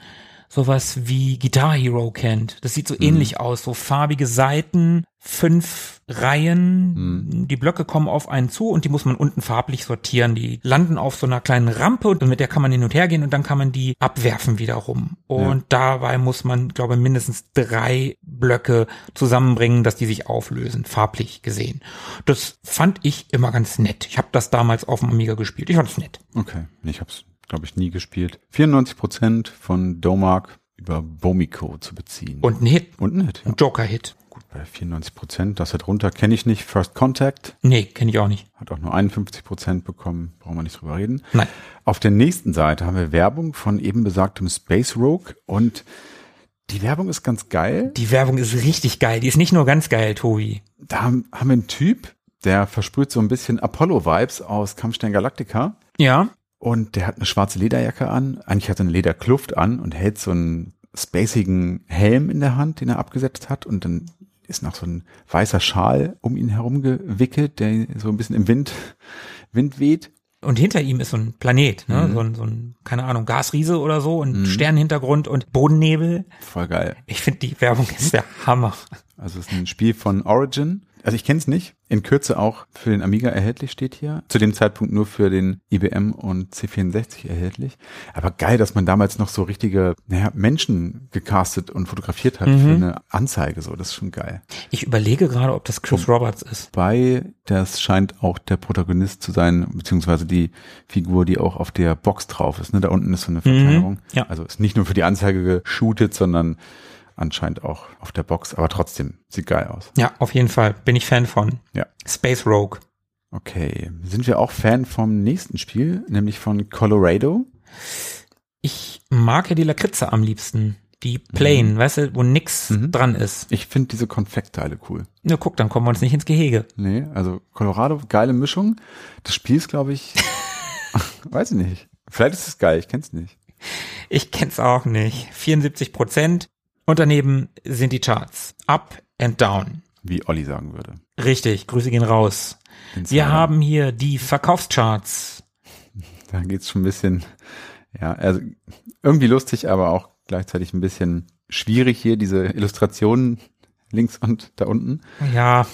C: sowas wie Guitar Hero kennt, das sieht so ähnlich aus, so farbige Seiten, fünf Reihen, die Blöcke kommen auf einen zu und die muss man unten farblich sortieren. Die landen auf so einer kleinen Rampe und mit der kann man hin und her gehen und dann kann man die abwerfen wiederum. Und dabei muss man, glaube ich, mindestens drei Blöcke zusammenbringen, dass die sich auflösen, farblich gesehen. Das fand ich immer ganz nett. Ich habe das damals auf dem Amiga gespielt. Ich fand es nett.
A: Okay. Ich habe es, glaube ich, nie gespielt. 94% von Domark über Bomiko zu beziehen.
C: Und ein Hit,
A: und ein Hit. Ja.
C: ein Joker-Hit.
A: Gut, bei 94 Prozent. Das hat runter kenne ich nicht. First Contact
C: Nee, kenne ich auch nicht.
A: hat auch nur 51 Prozent bekommen. Brauchen wir nicht drüber reden.
C: Nein.
A: Auf der nächsten Seite haben wir Werbung von eben besagtem Space Rogue und die Werbung ist ganz geil.
C: Die Werbung ist richtig geil. Die ist nicht nur ganz geil, Tobi.
A: Da haben haben wir einen Typ, der versprüht so ein bisschen Apollo-Vibes aus Kampfstern Galactica.
C: Ja.
A: Und der hat eine schwarze Lederjacke an. Eigentlich hat er eine Lederkluft an und hält so einen spacigen Helm in der Hand, den er abgesetzt hat. Und dann ist noch so ein weißer Schal um ihn herum gewickelt, der so ein bisschen im Wind, Wind weht.
C: Und hinter ihm ist so ein Planet, ne? so, ein, so ein, keine Ahnung, Gasriese oder so und Sternenhintergrund und Bodennebel.
A: Voll geil.
C: Ich finde, die Werbung ist der Hammer.
A: Also es ist ein Spiel von Origin. Also ich kenne es nicht. In Kürze auch für den Amiga erhältlich steht hier. Zu dem Zeitpunkt nur für den IBM und C64 erhältlich. Aber geil, dass man damals noch so richtige naja, Menschen gecastet und fotografiert hat für eine Anzeige. So, das ist schon geil.
C: Ich überlege gerade, ob das Chris Roberts ist.
A: Bei, das scheint auch der Protagonist zu sein, beziehungsweise die Figur, die auch auf der Box drauf ist. Ne? Da unten ist so eine Verkleinerung.
C: ja.
A: Also ist nicht nur für die Anzeige geshootet, sondern anscheinend auch auf der Box. Aber trotzdem, sieht geil aus.
C: Ja, auf jeden Fall. Bin ich Fan von.
A: Ja.
C: Space Rogue.
A: Okay, sind wir auch Fan vom nächsten Spiel, nämlich von Colorado?
C: Ich mag ja die Lakritze am liebsten. Die Plane, weißt du, wo nix dran ist.
A: Ich finde diese Konfektteile cool.
C: Na guck, dann kommen wir uns nicht ins Gehege.
A: Nee, also Colorado, geile Mischung. Das Spiel ist, glaube ich, weiß ich nicht. Vielleicht ist es geil, ich kenn's nicht.
C: Ich kenn's auch nicht. 74 Prozent. Und daneben sind die Charts. Up and down.
A: Wie Olli sagen würde.
C: Richtig, Grüße gehen raus.
A: Den
C: Wir
A: Zahlen.
C: haben hier die Verkaufscharts.
A: Da geht's schon ein bisschen, ja, also irgendwie lustig, aber auch gleichzeitig ein bisschen schwierig hier, diese Illustrationen links und da unten.
C: Ja,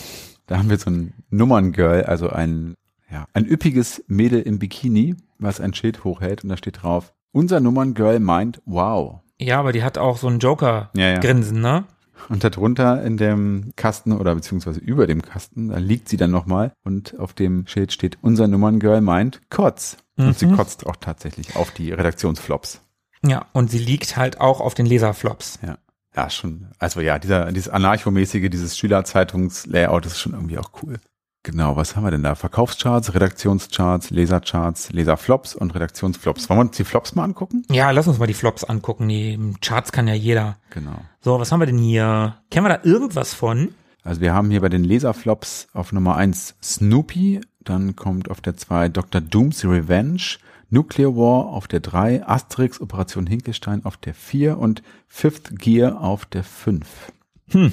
A: Da haben wir so ein Nummerngirl, also ein, ja, ein üppiges Mädel im Bikini, was ein Schild hochhält und da steht drauf, unser Nummerngirl meint wow.
C: ja, aber die hat auch so einen
A: Ja, ja.
C: Joker-Grinsen, ne?
A: Und darunter in dem Kasten oder beziehungsweise über dem Kasten, da liegt sie dann nochmal und auf dem Schild steht, unser Nummerngirl meint kotz. Und sie kotzt auch tatsächlich auf die Redaktionsflops.
C: Ja, und sie liegt halt auch auf den Leserflops.
A: Ja. Ja, schon. Also ja, dieser, dieses anarchomäßige, dieses Schülerzeitungs-Layout ist schon irgendwie auch cool. Genau, was haben wir denn da? Verkaufscharts, Redaktionscharts, Lesercharts, Leserflops und Redaktionsflops. Wollen wir uns die Flops mal angucken?
C: Ja, lass uns mal die Flops angucken. Die Charts kann ja jeder.
A: Genau.
C: So, was haben wir denn hier? Kennen wir da irgendwas von?
A: Also wir haben hier bei den Leserflops auf Nummer eins Snoopy, dann kommt auf der zwei Dr. Dooms Revenge, Nuclear War auf der drei Asterix Operation Hinkelstein auf der vier und Fifth Gear auf der fünf
C: Kenne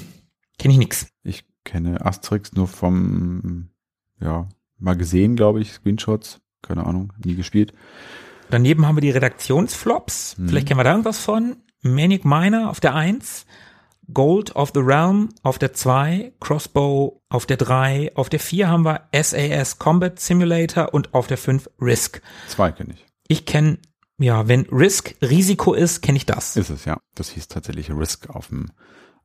C: ich nix.
A: Ich kenne Asterix nur vom, ja, mal gesehen, glaube ich, Screenshots. Keine Ahnung, nie gespielt.
C: Daneben haben wir die Redaktionsflops.
A: Mhm.
C: Vielleicht kennen wir da irgendwas von. Manic Miner auf der 1, Gold of the Realm auf der 2, Crossbow auf der 3, auf der 4 haben wir SAS Combat Simulator und auf der 5 Risk.
A: Zwei kenne ich.
C: Ich kenne, ja, wenn Risk Risiko ist, kenne ich das.
A: Ist es, ja. Das hieß tatsächlich Risk auf dem,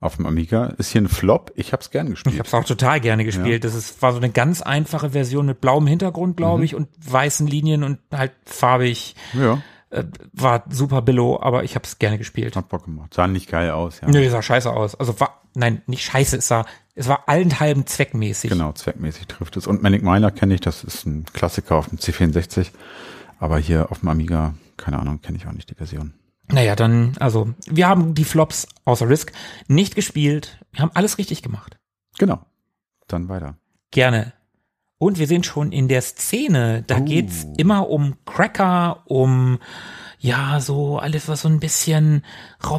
A: auf dem Amiga. Ist hier ein Flop. Ich habe es gern
C: Ich
A: gespielt.
C: habe es auch total gerne gespielt. Das ist, war so eine ganz einfache Version mit blauem Hintergrund,
A: Mhm.
C: glaube ich, und weißen Linien und halt farbig.
A: ja,
C: Äh, war super billow, aber ich habe es gerne gespielt.
A: hat Bock gemacht. Sah nicht geil aus, ja.
C: Nö, sah scheiße aus. Also war, nein, nicht scheiße, es sah, es war allenthalben zweckmäßig.
A: Genau, zweckmäßig trifft es. Und Manic Miner kenne ich, das ist ein Klassiker auf dem C64. Aber hier auf dem Amiga, keine Ahnung, kenne ich auch nicht die Version.
C: Naja, dann, also, wir haben die Flops außer Risk nicht gespielt. Wir haben alles richtig gemacht.
A: Genau. Dann weiter.
C: Gerne. Und wir sind schon in der Szene. Da
A: Oh.
C: geht's immer um Cracker, um, ja, so alles, was so ein bisschen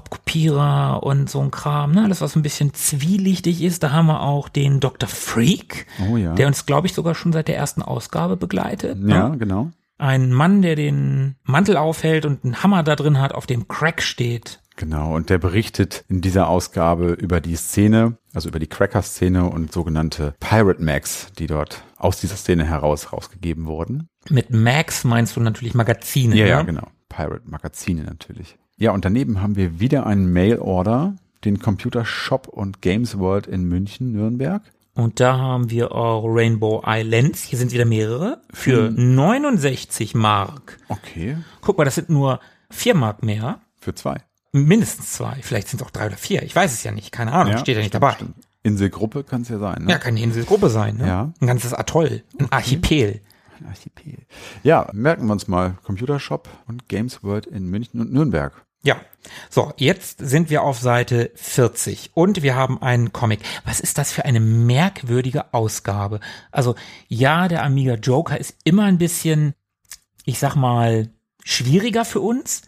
C: Raubkopierer und so ein Kram, ne? Alles, was so ein bisschen zwielichtig ist. Da haben wir auch den Dr. Freak,
A: Oh ja.
C: der uns, glaube ich, sogar schon seit der ersten Ausgabe begleitet. ne?
A: ja, genau.
C: Ein Mann, der den Mantel aufhält und einen Hammer da drin hat, auf dem Crack steht.
A: Genau, und der berichtet in dieser Ausgabe über die Szene, also über die Cracker-Szene und sogenannte Pirate Mags, die dort aus dieser Szene heraus rausgegeben wurden.
C: Mit Max meinst du natürlich Magazine. ne?
A: genau. Pirate-Magazine natürlich. Ja, und daneben haben wir wieder einen Mail-Order, den Computer Shop und Games World in München, Nürnberg.
C: Und da haben wir auch Rainbow Islands. Hier sind wieder mehrere. Für
A: Hm.
C: 69 Mark.
A: Okay,
C: Guck mal, das sind nur 4 Mark mehr.
A: für zwei.
C: Mindestens zwei. Vielleicht sind es auch drei oder vier. Ich weiß es ja nicht. Keine Ahnung. steht ja nicht dabei.
A: stimmt. Inselgruppe kann es ja sein. Ne?
C: Ja, kann die Inselgruppe sein. Ne?
A: Ja.
C: Ein ganzes Atoll, ein Archipel.
A: Ein Archipel. Ja, merken wir uns mal. Computershop und Games World in München und Nürnberg.
C: Ja. So, jetzt sind wir auf Seite 40 und wir haben einen Comic. Was ist das für eine merkwürdige Ausgabe? Also, ja, der Amiga Joker ist immer ein bisschen, ich sag mal, schwieriger für uns,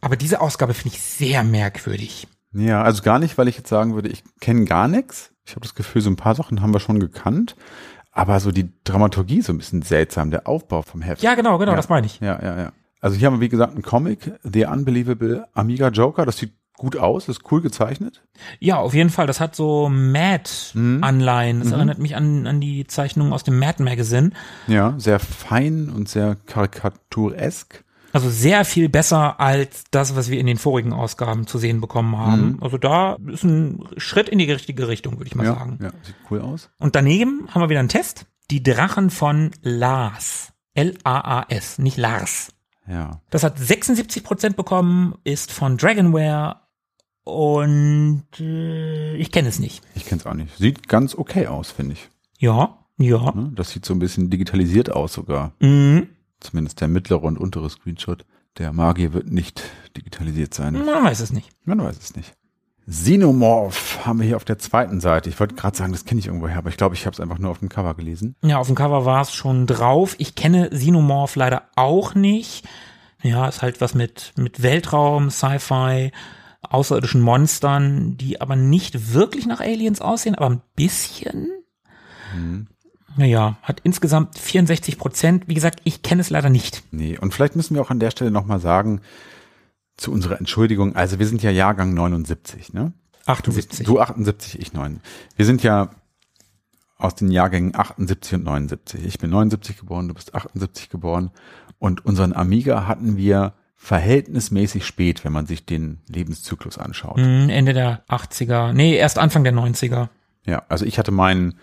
C: aber diese Ausgabe finde ich sehr merkwürdig.
A: Ja, also gar nicht, weil ich jetzt sagen würde, ich kenne gar nichts. Ich habe das Gefühl, so ein paar Sachen haben wir schon gekannt. Aber so die Dramaturgie ist so ein bisschen seltsam, der Aufbau vom Heft.
C: Ja, genau, genau,
A: Ja.
C: das meine ich.
A: Ja, ja, ja. Also hier haben wir, wie gesagt, einen Comic, The Unbelievable Amiga Joker. Das sieht gut aus, ist cool gezeichnet.
C: Ja, auf jeden Fall. Das hat so Mhm. Mad-Anleihen. Das erinnert mich an, an die Zeichnungen aus dem Mad Magazine.
A: Ja, sehr fein und sehr karikaturesk.
C: Also sehr viel besser als das, was wir in den vorigen Ausgaben zu sehen bekommen haben. Also da ist ein Schritt in die richtige Richtung, würde ich mal
A: Mhm. ja,
C: sagen.
A: ja, sieht cool aus.
C: Und daneben haben wir wieder einen Test. Die Drachen von Lars. L-A-A-S, nicht Lars.
A: Ja.
C: Das hat 76% bekommen, ist von Dragonware und äh, ich kenne es nicht.
A: Ich kenne es auch nicht. Sieht ganz okay aus, finde ich.
C: Ja, ja.
A: Ne? Das sieht so ein bisschen digitalisiert aus sogar.
C: Mhm.
A: Zumindest der mittlere und untere Screenshot. Der Magier wird nicht digitalisiert sein.
C: Man weiß es nicht.
A: Man weiß es nicht. Xenomorph haben wir hier auf der zweiten Seite. Ich wollte gerade sagen, das kenne ich irgendwoher, aber ich glaube, ich habe es einfach nur auf dem Cover gelesen.
C: Ja, auf dem Cover war es schon drauf. Ich kenne Xenomorph leider auch nicht. Ja, ist halt was mit, mit Weltraum, Sci-Fi, außerirdischen Monstern, die aber nicht wirklich nach Aliens aussehen, aber ein bisschen.
A: Mhm.
C: Naja, hat insgesamt 64 Prozent. Wie gesagt, ich kenne es leider nicht.
A: Nee, und vielleicht müssen wir auch an der Stelle nochmal sagen, zu unserer Entschuldigung, also wir sind ja Jahrgang 79, ne? Du, bist,
C: 78.
A: du 78, ich 9. Wir sind ja aus den Jahrgängen 78 und 79. Ich bin 79 geboren, du bist 78 geboren. Und unseren Amiga hatten wir verhältnismäßig spät, wenn man sich den Lebenszyklus anschaut.
C: Hm, Ende der 80er. Nee, erst Anfang der 90er.
A: Ja, also ich hatte meinen,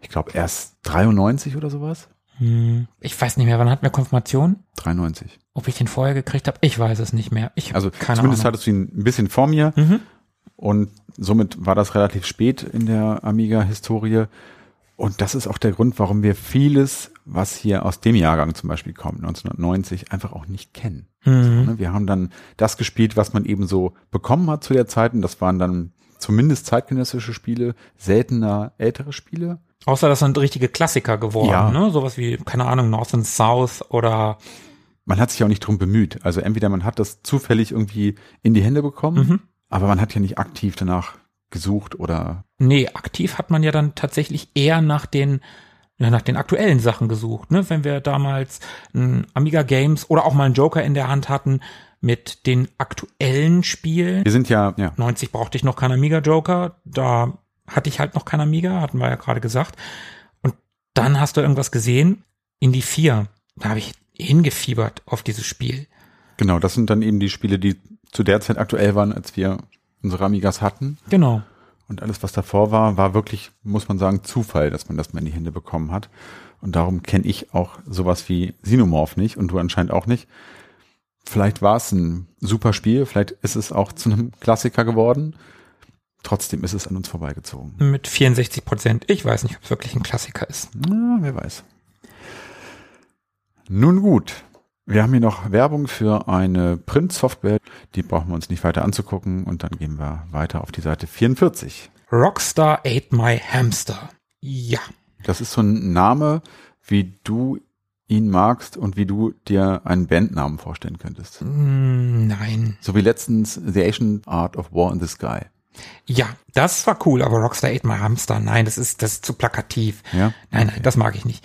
A: ich glaube erst 93 oder sowas.
C: Hm, ich weiß nicht mehr, wann hatten wir Konfirmation?
A: 93.
C: Ob ich den vorher gekriegt habe? Ich weiß es nicht mehr. Ich
A: Also
C: keine
A: zumindest
C: Ahnung.
A: hattest du ihn ein bisschen vor mir.
C: Mhm.
A: Und somit war das relativ spät in der Amiga-Historie. Und das ist auch der Grund, warum wir vieles, was hier aus dem Jahrgang zum Beispiel kommt, 1990, einfach auch nicht kennen.
C: Hm.
A: Ne, Wir haben dann das gespielt, was man eben so bekommen hat zu der Zeit. Und das waren dann zumindest zeitgenössische Spiele, seltener ältere Spiele.
C: Außer das sind richtige Klassiker geworden,
A: Ja.
C: ne? Sowas wie, keine Ahnung, North and South oder
A: Man hat sich auch nicht drum bemüht. Also entweder man hat das zufällig irgendwie in die Hände bekommen,
C: Mhm.
A: aber man hat ja nicht aktiv danach gesucht oder
C: nee, aktiv hat man ja dann tatsächlich eher nach den ja, nach den aktuellen Sachen gesucht, ne? Wenn wir damals ein Amiga Games oder auch mal einen Joker in der Hand hatten mit den aktuellen Spielen.
A: wir sind ja, ja,
C: 90 brauchte ich noch keinen Amiga Joker, da hatte ich halt noch keinen Amiga, hatten wir ja gerade gesagt. Und dann hast du irgendwas gesehen in die 4. Da habe ich hingefiebert auf dieses Spiel.
A: genau, das sind dann eben die Spiele, die zu der Zeit aktuell waren, als wir unsere Amigas hatten.
C: Genau.
A: Und alles, was davor war, war wirklich, muss man sagen, Zufall, dass man das mal in die Hände bekommen hat. Und darum kenne ich auch sowas wie Xenomorph nicht und du anscheinend auch nicht. Vielleicht war es ein super Spiel, vielleicht ist es auch zu einem Klassiker geworden. Trotzdem ist es an uns vorbeigezogen.
C: mit 64 Prozent. Ich weiß nicht, ob es wirklich ein Klassiker ist.
A: Na, wer weiß. Nun gut. Wir haben hier noch Werbung für eine Print-Software. Die brauchen wir uns nicht weiter anzugucken. Und dann gehen wir weiter auf die Seite 44.
C: Rockstar ate my hamster. Ja.
A: Das ist so ein Name, wie du ihn magst und wie du dir einen Bandnamen vorstellen könntest.
C: Mm, Nein.
A: So wie letztens The Ancient Art of War in the Sky.
C: Ja, das war cool, aber Rockstar ate my hamster. Nein, das ist, das ist zu plakativ.
A: Ja?
C: Nein, nein, das mag ich nicht.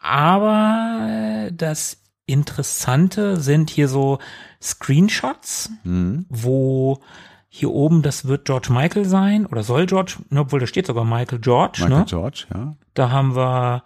C: Aber äh, das Interessante sind hier so Screenshots,
A: Mhm.
C: wo hier oben, das wird George Michael sein oder soll George, ne, obwohl da steht sogar Michael George,
A: Michael
C: ne?
A: George, ja.
C: Da haben wir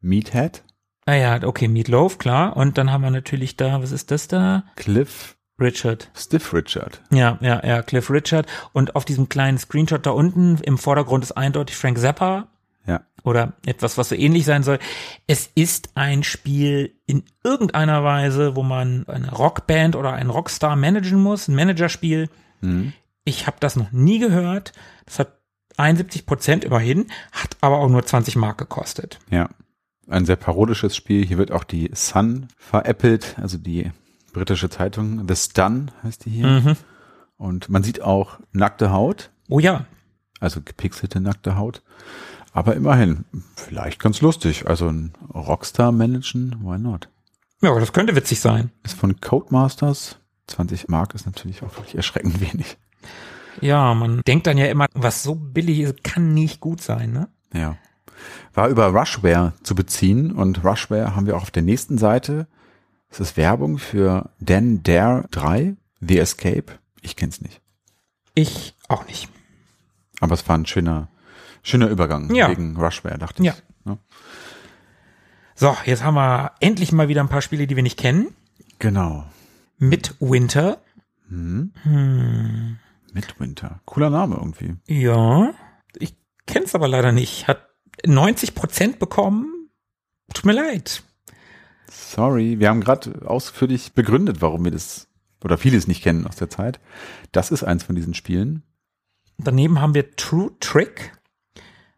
A: Meathead,
C: Naja, okay, Meatloaf, klar. Und dann haben wir natürlich da, was ist das da?
A: Cliff,
C: Richard.
A: Stiff Richard.
C: Ja, ja, ja, Cliff Richard. Und auf diesem kleinen Screenshot da unten im Vordergrund ist eindeutig Frank Zappa
A: Ja.
C: oder etwas, was so ähnlich sein soll. Es ist ein Spiel in irgendeiner Weise, wo man eine Rockband oder einen Rockstar managen muss, ein Managerspiel.
A: Mhm.
C: Ich habe das noch nie gehört. Das hat 71 Prozent immerhin, hat aber auch nur 20 Mark gekostet.
A: Ja. Ein sehr parodisches Spiel. Hier wird auch die Sun veräppelt, also die britische Zeitung. The Sun heißt die hier.
C: Mhm.
A: Und man sieht auch nackte Haut,
C: Oh ja,
A: also gepixelte nackte Haut. Aber immerhin, vielleicht ganz lustig. Also ein Rockstar managen, why not?
C: ja, das könnte witzig sein.
A: Ist von Codemasters. 20 Mark ist natürlich auch wirklich erschreckend wenig.
C: Ja, man denkt dann ja immer, was so billig ist, kann nicht gut sein, ne?
A: Ja. War über Rushware zu beziehen und Rushware haben wir auch auf der nächsten Seite. Es ist Werbung für Dan Dare 3, The Escape. Ich kenn's nicht.
C: Ich auch nicht.
A: Aber es war ein schöner, schöner Übergang
C: Ja.
A: wegen Rushware, dachte ich. ne?
C: Ja.
A: Ja.
C: So, jetzt haben wir endlich mal wieder ein paar Spiele, die wir nicht kennen.
A: Genau. Hm.
C: Midwinter. Hm,
A: Midwinter. Cooler Name irgendwie.
C: Ja, ich kenn's aber leider nicht. Hat 90 Prozent bekommen. Tut mir leid.
A: Sorry, wir haben gerade ausführlich begründet, warum wir das oder vieles nicht kennen aus der Zeit. Das ist eins von diesen Spielen.
C: Daneben haben wir True Trick.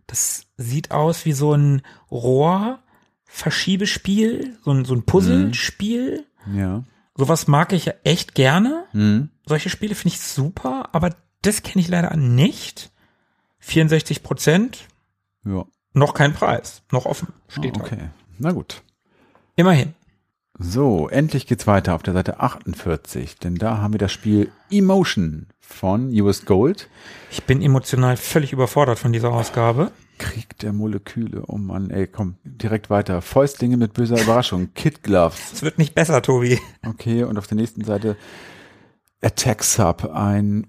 C: Das sieht aus wie so ein Rohrverschiebespiel, so ein, so ein Puzzlespiel.
A: Ja.
C: Sowas mag ich ja echt gerne.
A: Mhm.
C: Solche Spiele finde ich super, aber das kenne ich leider nicht. 64 Prozent,
A: Ja.
C: noch kein Preis, noch offen steht.
A: ah,
C: da.
A: okay. Na gut.
C: Immerhin.
A: So, endlich geht's weiter auf der Seite 48, denn da haben wir das Spiel Emotion von US Gold.
C: Ich bin emotional völlig überfordert von dieser Ausgabe.
A: Krieg der Moleküle. Oh Mann, ey, komm, direkt weiter. Fäustlinge mit böser Überraschung. Kid Gloves.
C: Es wird nicht besser, Tobi.
A: Okay, und auf der nächsten Seite Attack Sub, ein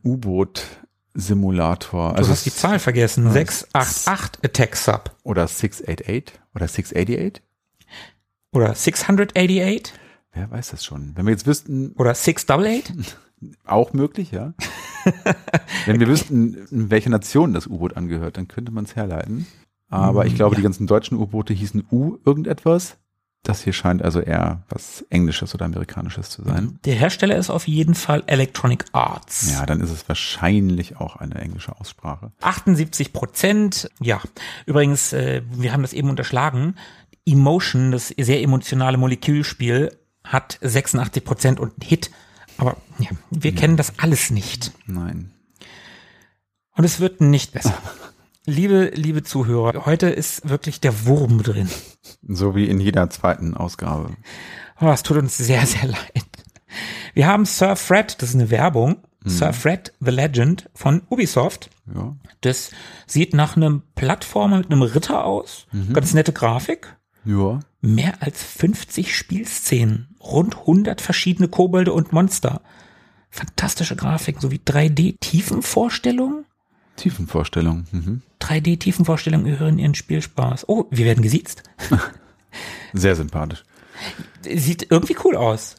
A: U-Boot-Simulator. Also
C: Du hast die Zahl vergessen. 688 Attack Sub.
A: Oder 688 oder 688?
C: Oder 688
A: Wer weiß das schon? Wenn wir jetzt wüssten,
C: oder 688?
A: auch möglich, ja. Wenn wir wüssten, in welcher Nation das U-Boot angehört, dann könnte man es herleiten. Aber ich glaube, die ganzen deutschen U-Boote hießen U irgendetwas. Das hier scheint also eher was Englisches oder Amerikanisches zu sein.
C: Der Hersteller ist auf jeden Fall Electronic Arts.
A: Ja, dann ist es wahrscheinlich auch eine englische Aussprache.
C: 78 Prozent. Ja, übrigens, äh, wir haben das eben unterschlagen. Emotion, das sehr emotionale Molekülspiel, hat 86 Prozent und einen Hit. Aber ja, wir kennen das alles nicht.
A: Nein.
C: Und es wird nicht besser. liebe, liebe Zuhörer, heute ist wirklich der Wurm drin.
A: So wie in jeder zweiten Ausgabe.
C: Oh, es tut uns sehr, sehr leid. Wir haben Sir Fred, das ist eine Werbung. Sir Fred the Legend von Ubisoft.
A: Ja.
C: Das sieht nach einem Plattformer mit einem Ritter aus. Ganz nette Grafik.
A: Ja.
C: Mehr als 50 Spielszenen, rund 100 verschiedene Kobolde und Monster. Fantastische Grafik sowie 3D-Tiefenvorstellungen.
A: Tiefenvorstellung. Mhm.
C: 3D-Tiefenvorstellungen gehören ihren Spielspaß. Oh, wir werden gesiezt.
A: Sehr sympathisch.
C: Sieht irgendwie cool aus.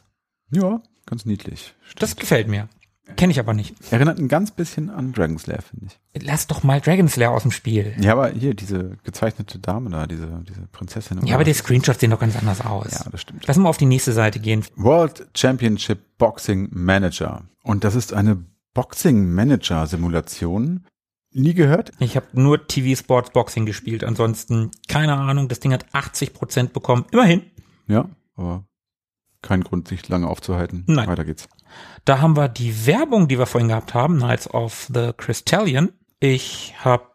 A: Ja, ganz niedlich.
C: Das gefällt mir. Kenne ich aber nicht.
A: Erinnert ein ganz bisschen an Dragon's Lair, finde ich.
C: Lass doch mal Dragon's Lair aus dem Spiel.
A: Ja, aber hier, diese gezeichnete Dame da, diese, diese Prinzessin.
C: Ja, aber die Screenshots sehen doch ganz anders aus.
A: Ja, das stimmt.
C: Lass mal auf die nächste Seite gehen.
A: World Championship Boxing Manager. Und das ist eine Boxing Manager Simulation. Nie gehört?
C: Ich habe nur TV Sports Boxing gespielt, ansonsten keine Ahnung. Das Ding hat 80% bekommen. Immerhin.
A: Ja, aber kein Grund, sich lange aufzuhalten.
C: Nein.
A: Weiter geht's.
C: Da haben wir die Werbung, die wir vorhin gehabt haben, Knights of the Crystallion. Ich habe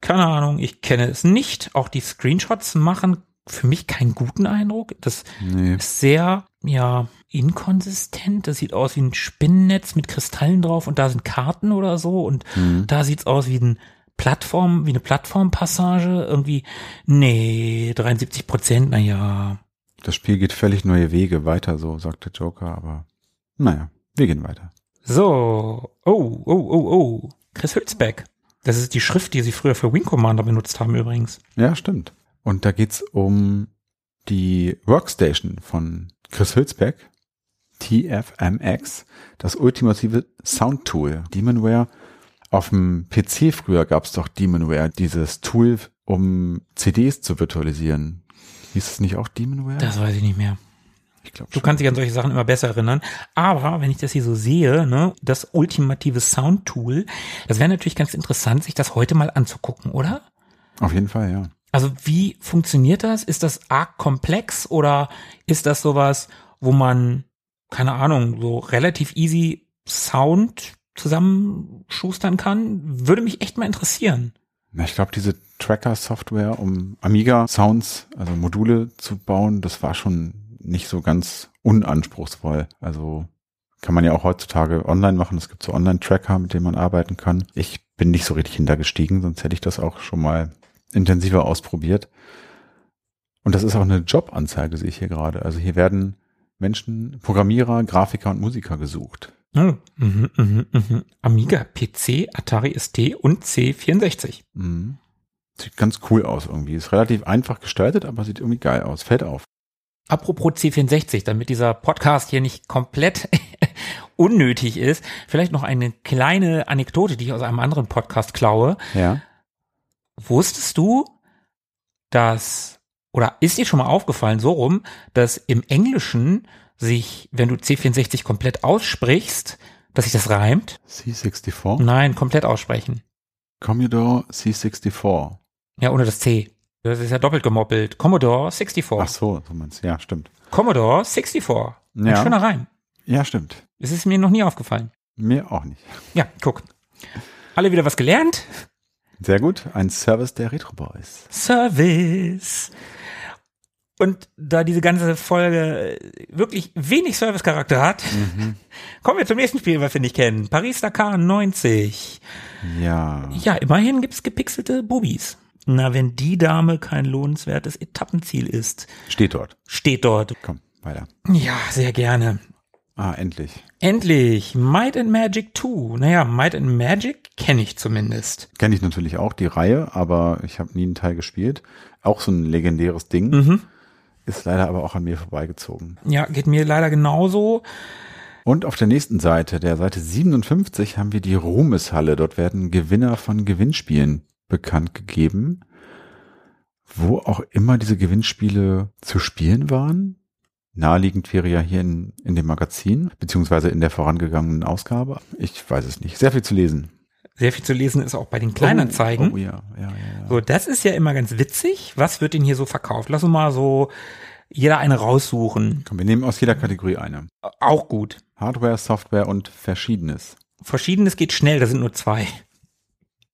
C: keine Ahnung, ich kenne es nicht. Auch die Screenshots machen für mich keinen guten Eindruck. Das
A: Nee.
C: ist sehr, ja, inkonsistent. Das sieht aus wie ein Spinnennetz mit Kristallen drauf und da sind Karten oder so und da sieht's aus wie ein Plattform, wie eine Plattformpassage. Irgendwie, nee, 73 Prozent, naja.
A: Das Spiel geht völlig neue Wege weiter, so sagte Joker, aber naja, wir gehen weiter.
C: So, oh, oh, oh, oh, Chris Hülsbeck. Das ist die Schrift, die sie früher für Wing Commander benutzt haben übrigens.
A: Ja, stimmt. Und da geht's um die Workstation von Chris Hülsbeck, TFMX, das ultimative Soundtool, Demonware. Auf dem PC früher gab's doch Demonware, dieses Tool, um CDs zu virtualisieren. Hieß es nicht auch Demonware?
C: Das weiß ich nicht mehr.
A: Ich glaube
C: Du kannst dich an solche Sachen immer besser erinnern. Aber wenn ich das hier so sehe, ne, das ultimative Soundtool, das wäre natürlich ganz interessant, sich das heute mal anzugucken, oder?
A: Auf jeden Fall, ja.
C: Also wie funktioniert das? Ist das arg komplex oder ist das sowas, wo man, keine Ahnung, so relativ easy Sound zusammenschustern kann? Würde mich echt mal interessieren.
A: Na, ich glaube, diese Tracker-Software, um Amiga-Sounds, also Module zu bauen, das war schon nicht so ganz unanspruchsvoll. Also kann man ja auch heutzutage online machen. Es gibt so Online-Tracker, mit denen man arbeiten kann. Ich bin nicht so richtig hintergestiegen, sonst hätte ich das auch schon mal intensiver ausprobiert. Und das ist auch eine Jobanzeige, sehe ich hier gerade. Also hier werden Menschen, Programmierer, Grafiker und Musiker gesucht.
C: Hm, Mhm, mhm, mhm. Amiga, PC, Atari ST und C64.
A: Mhm. Sieht ganz cool aus irgendwie. Ist relativ einfach gestaltet, aber sieht irgendwie geil aus. Fällt auf.
C: Apropos C64, damit dieser Podcast hier nicht komplett unnötig ist, vielleicht noch eine kleine Anekdote, die ich aus einem anderen Podcast klaue.
A: Ja.
C: Wusstest du, dass, oder ist dir schon mal aufgefallen, so rum, dass im Englischen sich, wenn du C64 komplett aussprichst, dass sich das reimt?
A: C64.
C: Nein, komplett aussprechen.
A: Commodore C64.
C: Ja, ohne das C. Das ist ja doppelt gemoppelt. Commodore 64.
A: Ach so, so meinst du. Ja, stimmt.
C: Commodore 64. Ein
A: Ja.
C: schöner Reim.
A: Ja, stimmt.
C: Es ist mir noch nie aufgefallen.
A: Mir auch nicht.
C: Ja, guck. Alle wieder was gelernt?
A: Sehr gut. Ein Service der Retro Boys.
C: Service. Und da diese ganze Folge wirklich wenig Servicecharakter hat, kommen wir zum nächsten Spiel, was wir nicht kennen. Paris Dakar 90.
A: Ja.
C: Ja, immerhin gibt's gepixelte Bubis. Na, wenn die Dame kein lohnenswertes Etappenziel ist,
A: Steht dort.
C: steht dort.
A: Komm, weiter.
C: Ja, sehr gerne.
A: Ah, endlich.
C: Endlich, Might and Magic 2. Naja, Might and Magic kenne ich zumindest.
A: Kenne ich natürlich auch die Reihe, aber ich habe nie einen Teil gespielt. Auch so ein legendäres Ding.
C: Hm.
A: Ist leider aber auch an mir vorbeigezogen.
C: Ja, geht mir leider genauso.
A: Und auf der nächsten Seite, der Seite 57, haben wir die Ruhmeshalle. Dort werden Gewinner von Gewinnspielen bekannt gegeben. Wo auch immer diese Gewinnspiele zu spielen waren. Naheliegend wäre ja hier in, in dem Magazin, beziehungsweise in der vorangegangenen Ausgabe. Ich weiß es nicht. Sehr viel zu lesen.
C: Sehr viel zu lesen ist auch bei den Kleinanzeigen.
A: Oh, oh ja, ja, ja. ja.
C: So, das ist ja immer ganz witzig. Was wird denn hier so verkauft? Lass uns mal so jeder eine raussuchen.
A: Komm, wir nehmen aus jeder Kategorie eine.
C: Auch gut.
A: Hardware, Software und Verschiedenes.
C: Verschiedenes geht schnell, da sind nur zwei.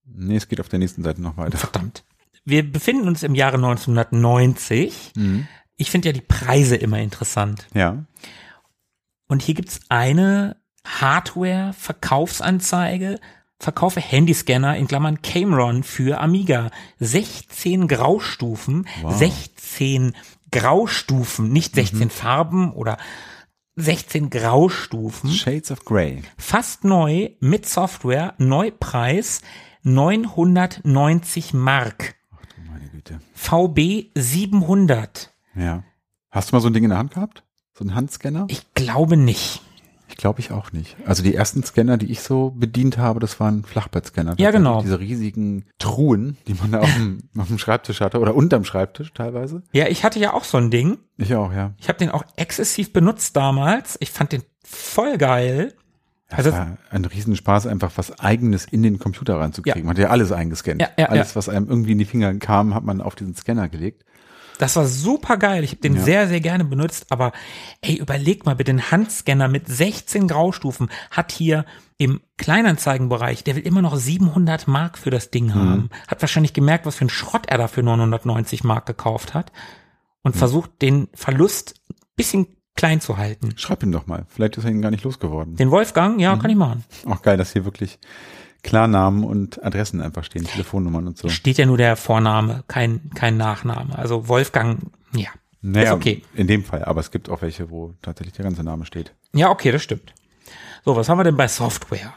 A: Nee, es geht auf der nächsten Seite noch weiter.
C: Verdammt. Wir befinden uns im Jahre 1990. Ich finde ja die Preise immer interessant.
A: Ja.
C: Und hier gibt's eine Hardware-Verkaufsanzeige. Verkaufe Handyscanner in Klammern Cameron für Amiga. 16 Graustufen. 16 Graustufen, nicht 16 Farben oder 16 Graustufen.
A: Shades of Grey.
C: Fast neu mit Software, Neupreis 990 Mark.
A: Ach du meine Güte.
C: VB 700.
A: Ja. Hast du mal so ein Ding in der Hand gehabt? So einen Handscanner?
C: Ich glaube nicht.
A: Ich glaube ich auch nicht. Also die ersten Scanner, die ich so bedient habe, das waren Flachbettscanner.
C: Ja, genau.
A: Diese riesigen Truhen, die man da auf dem, auf dem Schreibtisch hatte oder unterm Schreibtisch teilweise.
C: Ja, ich hatte ja auch so ein Ding.
A: Ich auch, ja.
C: Ich habe den auch exzessiv benutzt damals. Ich fand den voll geil.
A: Das
C: Also
A: war ein Riesenspaß, einfach was Eigenes in den Computer reinzukriegen. Man hat ja alles eingescannt.
C: Ja, ja,
A: alles,
C: ja.
A: was einem irgendwie in die Finger kam, hat man auf diesen Scanner gelegt.
C: das war super geil. Ich habe den
A: Ja.
C: sehr, sehr gerne benutzt. Aber ey, überleg mal bitte, ein Handscanner mit 16 Graustufen hat hier im Kleinanzeigenbereich, der will immer noch 700 Mark für das Ding haben. Hat wahrscheinlich gemerkt, was für ein Schrott er da für 990 Mark gekauft hat und versucht, den Verlust ein bisschen klein zu halten.
A: Schreib ihm doch mal. Vielleicht ist er ihn gar nicht losgeworden.
C: Den Wolfgang, ja, kann ich machen.
A: Auch geil, dass hier wirklich Klarnamen und Adressen einfach stehen, Telefonnummern und so.
C: Steht ja nur der Vorname, kein, kein Nachname. Also Wolfgang, ja. ist okay.
A: in dem Fall, aber es gibt auch welche, wo tatsächlich der ganze Name steht.
C: Ja, okay, das stimmt. So, was haben wir denn bei Software?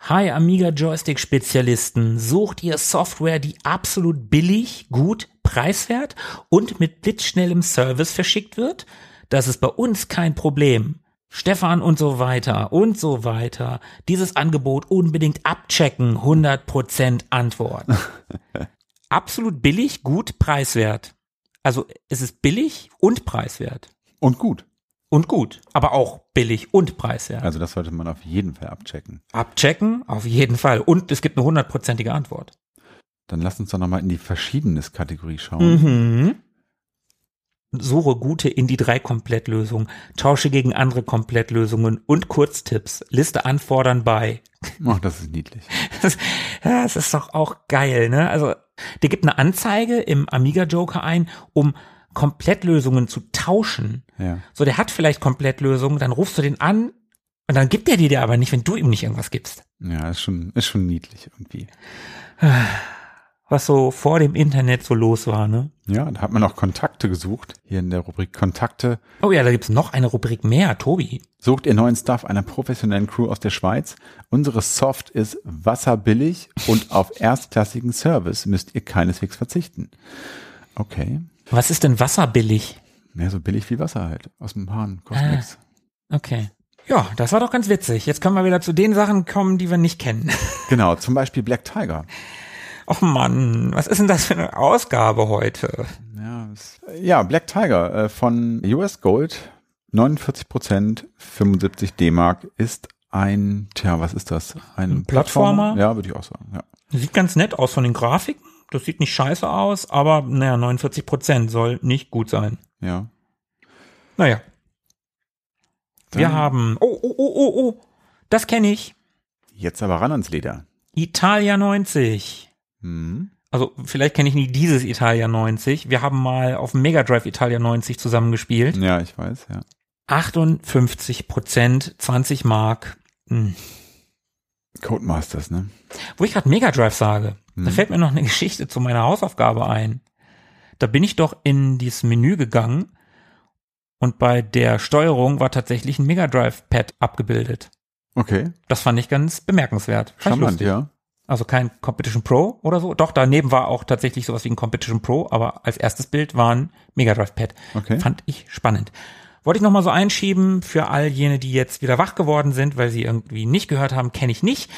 C: Hi Amiga Joystick Spezialisten, sucht ihr Software, die absolut billig, gut, preiswert und mit blitzschnellem Service verschickt wird? Das ist bei uns kein Problem. Stefan und so weiter und so weiter. Dieses Angebot unbedingt abchecken. 100% Antwort. absolut billig, gut, preiswert. Also es ist billig und preiswert.
A: Und gut.
C: Und gut, aber auch billig und preiswert.
A: Also das sollte man auf jeden Fall abchecken.
C: Abchecken, auf jeden Fall. Und es gibt eine hundertprozentige Antwort.
A: Dann lass uns doch nochmal in die Verschiedenes-Kategorie schauen.
C: Mhm. Suche gute Indie-3-Komplettlösungen, tausche gegen andere Komplettlösungen und Kurztipps. Liste anfordern bei.
A: Ach, Oh, das ist niedlich.
C: Das, ja, das ist doch auch geil, ne? Also, der gibt eine Anzeige im Amiga-Joker ein, um Komplettlösungen zu tauschen.
A: Ja.
C: So, der hat vielleicht Komplettlösungen, dann rufst du den an und dann gibt er die dir aber nicht, wenn du ihm nicht irgendwas gibst.
A: Ja, ist schon, ist schon niedlich irgendwie.
C: Was so vor dem Internet so los war, ne?
A: Ja, da hat man auch Kontakte gesucht. Hier in der Rubrik Kontakte.
C: Oh ja, da gibt's noch eine Rubrik mehr, Tobi.
A: Sucht ihr neuen Stuff einer professionellen Crew aus der Schweiz? Unsere Soft ist wasserbillig und auf erstklassigen Service müsst ihr keineswegs verzichten. Okay.
C: Was ist denn wasserbillig?
A: Ja, so billig wie Wasser halt. Aus dem Hahn. Kostet
C: Ah.
A: nix.
C: Okay. Ja, das war doch ganz witzig. Jetzt können wir wieder zu den Sachen kommen, die wir nicht kennen.
A: Genau, zum Beispiel Black Tiger.
C: Och Mann, was ist denn das für eine Ausgabe heute?
A: Ja, es- ja Black Tiger äh, von US Gold, 49 Prozent, 75 D-Mark ist ein, tja, was ist das? Ein
C: Ein Plattformer?
A: Ja, würde ich auch sagen. Ja.
C: Sieht ganz nett aus von den Grafiken. Das sieht nicht scheiße aus, aber naja, 49 Prozent soll nicht gut sein.
A: ja.
C: Naja. Wir
A: Dann
C: haben. Oh, oh, oh, oh, oh. Das kenne ich.
A: Jetzt aber ran ans Leder.
C: Italia 90.
A: Hm.
C: Also vielleicht kenne ich nie dieses Italia 90. Wir haben mal auf dem Mega Drive Italia 90 zusammengespielt.
A: Ja, ich weiß, ja.
C: 58 Prozent, 20 Mark. Hm.
A: Codemasters, ne?
C: Wo ich gerade Mega Drive sage, da
A: Hm.
C: fällt mir noch eine Geschichte zu meiner Hausaufgabe ein. Da bin ich doch in dieses Menü gegangen und bei der Steuerung war tatsächlich ein Mega Drive Pad abgebildet.
A: Okay,
C: Das fand ich ganz bemerkenswert. Fand ich
A: charmant,
C: lustig.
A: ja.
C: Also kein Competition Pro oder so. Doch, daneben war auch tatsächlich sowas wie ein Competition Pro, aber als erstes Bild war ein Mega Drive Pad.
A: Okay.
C: Fand ich spannend. Wollte ich nochmal so einschieben für all jene, die jetzt wieder wach geworden sind, weil sie irgendwie nicht gehört haben, kenne ich nicht.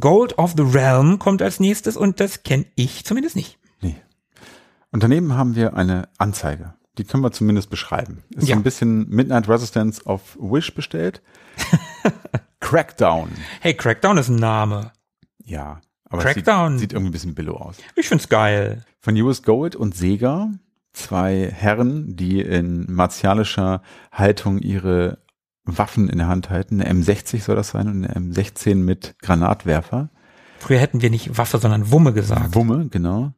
C: Gold of the Realm kommt als nächstes und das kenne ich zumindest nicht.
A: Nee. Und daneben haben wir eine Anzeige. Die können wir zumindest beschreiben. Ist so
C: Ja.
A: ein bisschen Midnight Resistance auf Wish bestellt. Crackdown.
C: Hey, Crackdown ist ein Name.
A: Ja. Aber
C: Crackdown.
A: Es sieht, sieht irgendwie ein bisschen billow aus.
C: Ich find's geil.
A: Von US Gold und Sega, zwei Herren, die in martialischer Haltung ihre Waffen in der Hand halten. Eine M60 soll das sein und eine M16 mit Granatwerfer.
C: Früher hätten wir nicht Waffe, sondern Wumme gesagt.
A: Wumme, genau.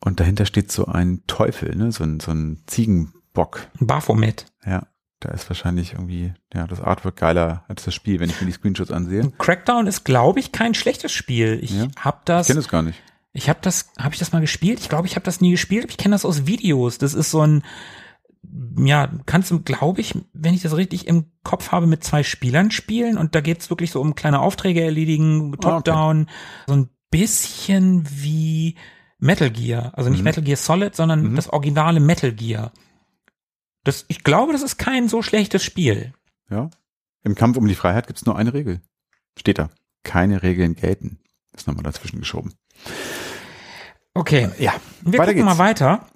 A: Und dahinter steht so ein Teufel, ne? so, ein, so ein Ziegenbock.
C: Baphomet.
A: Ja, da ist wahrscheinlich irgendwie ja, das Artwork geiler als das Spiel, wenn ich mir die Screenshots ansehe.
C: Crackdown ist, glaube ich, kein schlechtes Spiel. Ich
A: Ja.
C: hab das.
A: Ich kenne es gar nicht.
C: Ich habe das, habe ich das mal gespielt? Ich glaube, ich habe das nie gespielt. aber Ich kenne das aus Videos. Das ist so ein, ja, kannst du, glaube ich, wenn ich das richtig im Kopf habe, mit zwei Spielern spielen und da geht's wirklich so um kleine Aufträge
A: Ah,
C: erledigen, Top-Down, so ein bisschen wie Metal Gear. Also nicht
A: Mhm.
C: Metal Gear Solid, sondern
A: Mhm.
C: das originale Metal Gear. Das, ich glaube, das ist kein so schlechtes Spiel.
A: Ja. Im Kampf um die Freiheit gibt es nur eine Regel. Steht da. Keine Regeln gelten. Ist nochmal dazwischen geschoben.
C: Okay.
A: Ja.
C: Wir
A: Weiter
C: gucken mal
A: geht's.
C: weiter,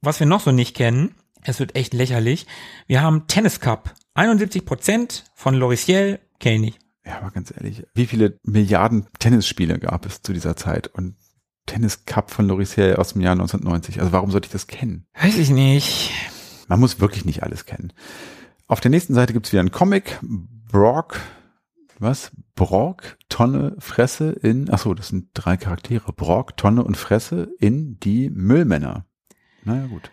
C: was wir noch so nicht kennen. Es wird echt lächerlich. Wir haben Tennis Cup. 71% von Lorisiel kenne ich.
A: Ja, aber ganz ehrlich, wie viele Milliarden Tennisspiele gab es zu dieser Zeit? Und Tennis Cup von Lorisier aus dem Jahr 1990. Also warum sollte ich das kennen?
C: Weiß ich nicht.
A: Man muss wirklich nicht alles kennen. Auf der nächsten Seite gibt's wieder einen Comic. Brock, was? Brock, Tonne, Fresse in, ach so, das sind drei Charaktere. Brock, Tonne und Fresse in die Müllmänner. Naja, gut.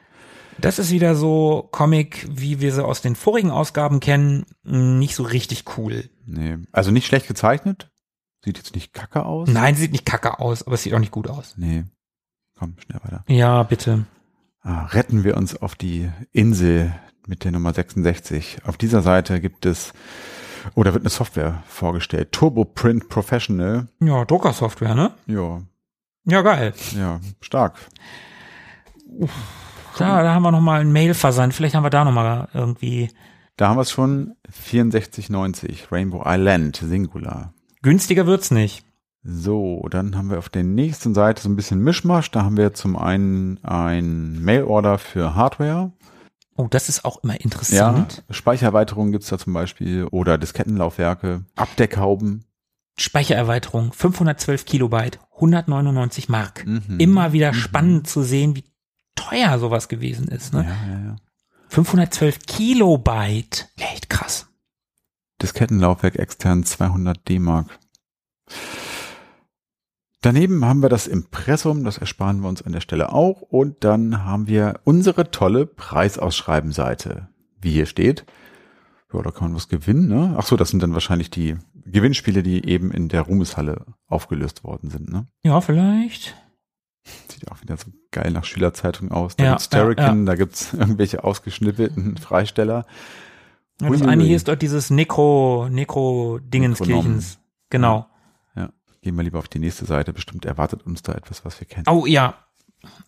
C: Das ist wieder so Comic, wie wir sie aus den vorigen Ausgaben kennen. Hm, Nicht so richtig cool.
A: Nee, also nicht schlecht gezeichnet. Sieht jetzt nicht kacke aus.
C: Nein, sieht nicht kacke aus, aber es sieht auch nicht gut aus.
A: Nee. Komm, schnell weiter.
C: Ja, bitte.
A: Ah, retten wir uns auf die Insel mit der Nummer 66. Auf dieser Seite gibt es, oder wird eine Software vorgestellt. Turbo Print Professional.
C: Ja, Druckersoftware, ne?
A: Ja,
C: Ja, geil.
A: ja, stark.
C: Da, da haben wir nochmal einen Mailversand. Vielleicht haben wir da nochmal irgendwie
A: Da haben wir es schon. 64,90. Rainbow Island, Singular.
C: günstiger wird's nicht.
A: So, dann haben wir auf der nächsten Seite so ein bisschen Mischmasch. Da haben wir zum einen ein Mailorder für Hardware.
C: Oh, das ist auch immer interessant.
A: Ja, Speichererweiterungen gibt's da zum Beispiel oder Diskettenlaufwerke, Abdeckhauben.
C: Speichererweiterung 512 Kilobyte, 199 Mark.
A: Mhm.
C: Immer wieder spannend zu sehen, wie teuer sowas gewesen ist. Ne?
A: Ja, ja, ja.
C: 512 Kilobyte. Echt krass.
A: Diskettenlaufwerk extern 200 D-Mark. Daneben haben wir das Impressum, das ersparen wir uns an der Stelle auch. Und dann haben wir unsere tolle Preisausschreibenseite, wie hier steht. Ja, da kann man was gewinnen, ne? Ach so, das sind dann wahrscheinlich die Gewinnspiele, die eben in der Ruhmeshalle aufgelöst worden sind, ne?
C: Ja, vielleicht.
A: Sieht auch wieder so geil nach Schülerzeitung aus. Da
C: Ja,
A: gibt's
C: ja, ja.
A: Terrican, da gibt's irgendwelche ausgeschnippelten Freisteller.
C: Ja, das
A: Uiuiui.
C: eine hier ist dort dieses Nekro, Nekro-Dingenskirchens. Genau.
A: Gehen wir lieber auf die nächste Seite. Bestimmt erwartet uns da etwas, was wir kennen.
C: Oh ja,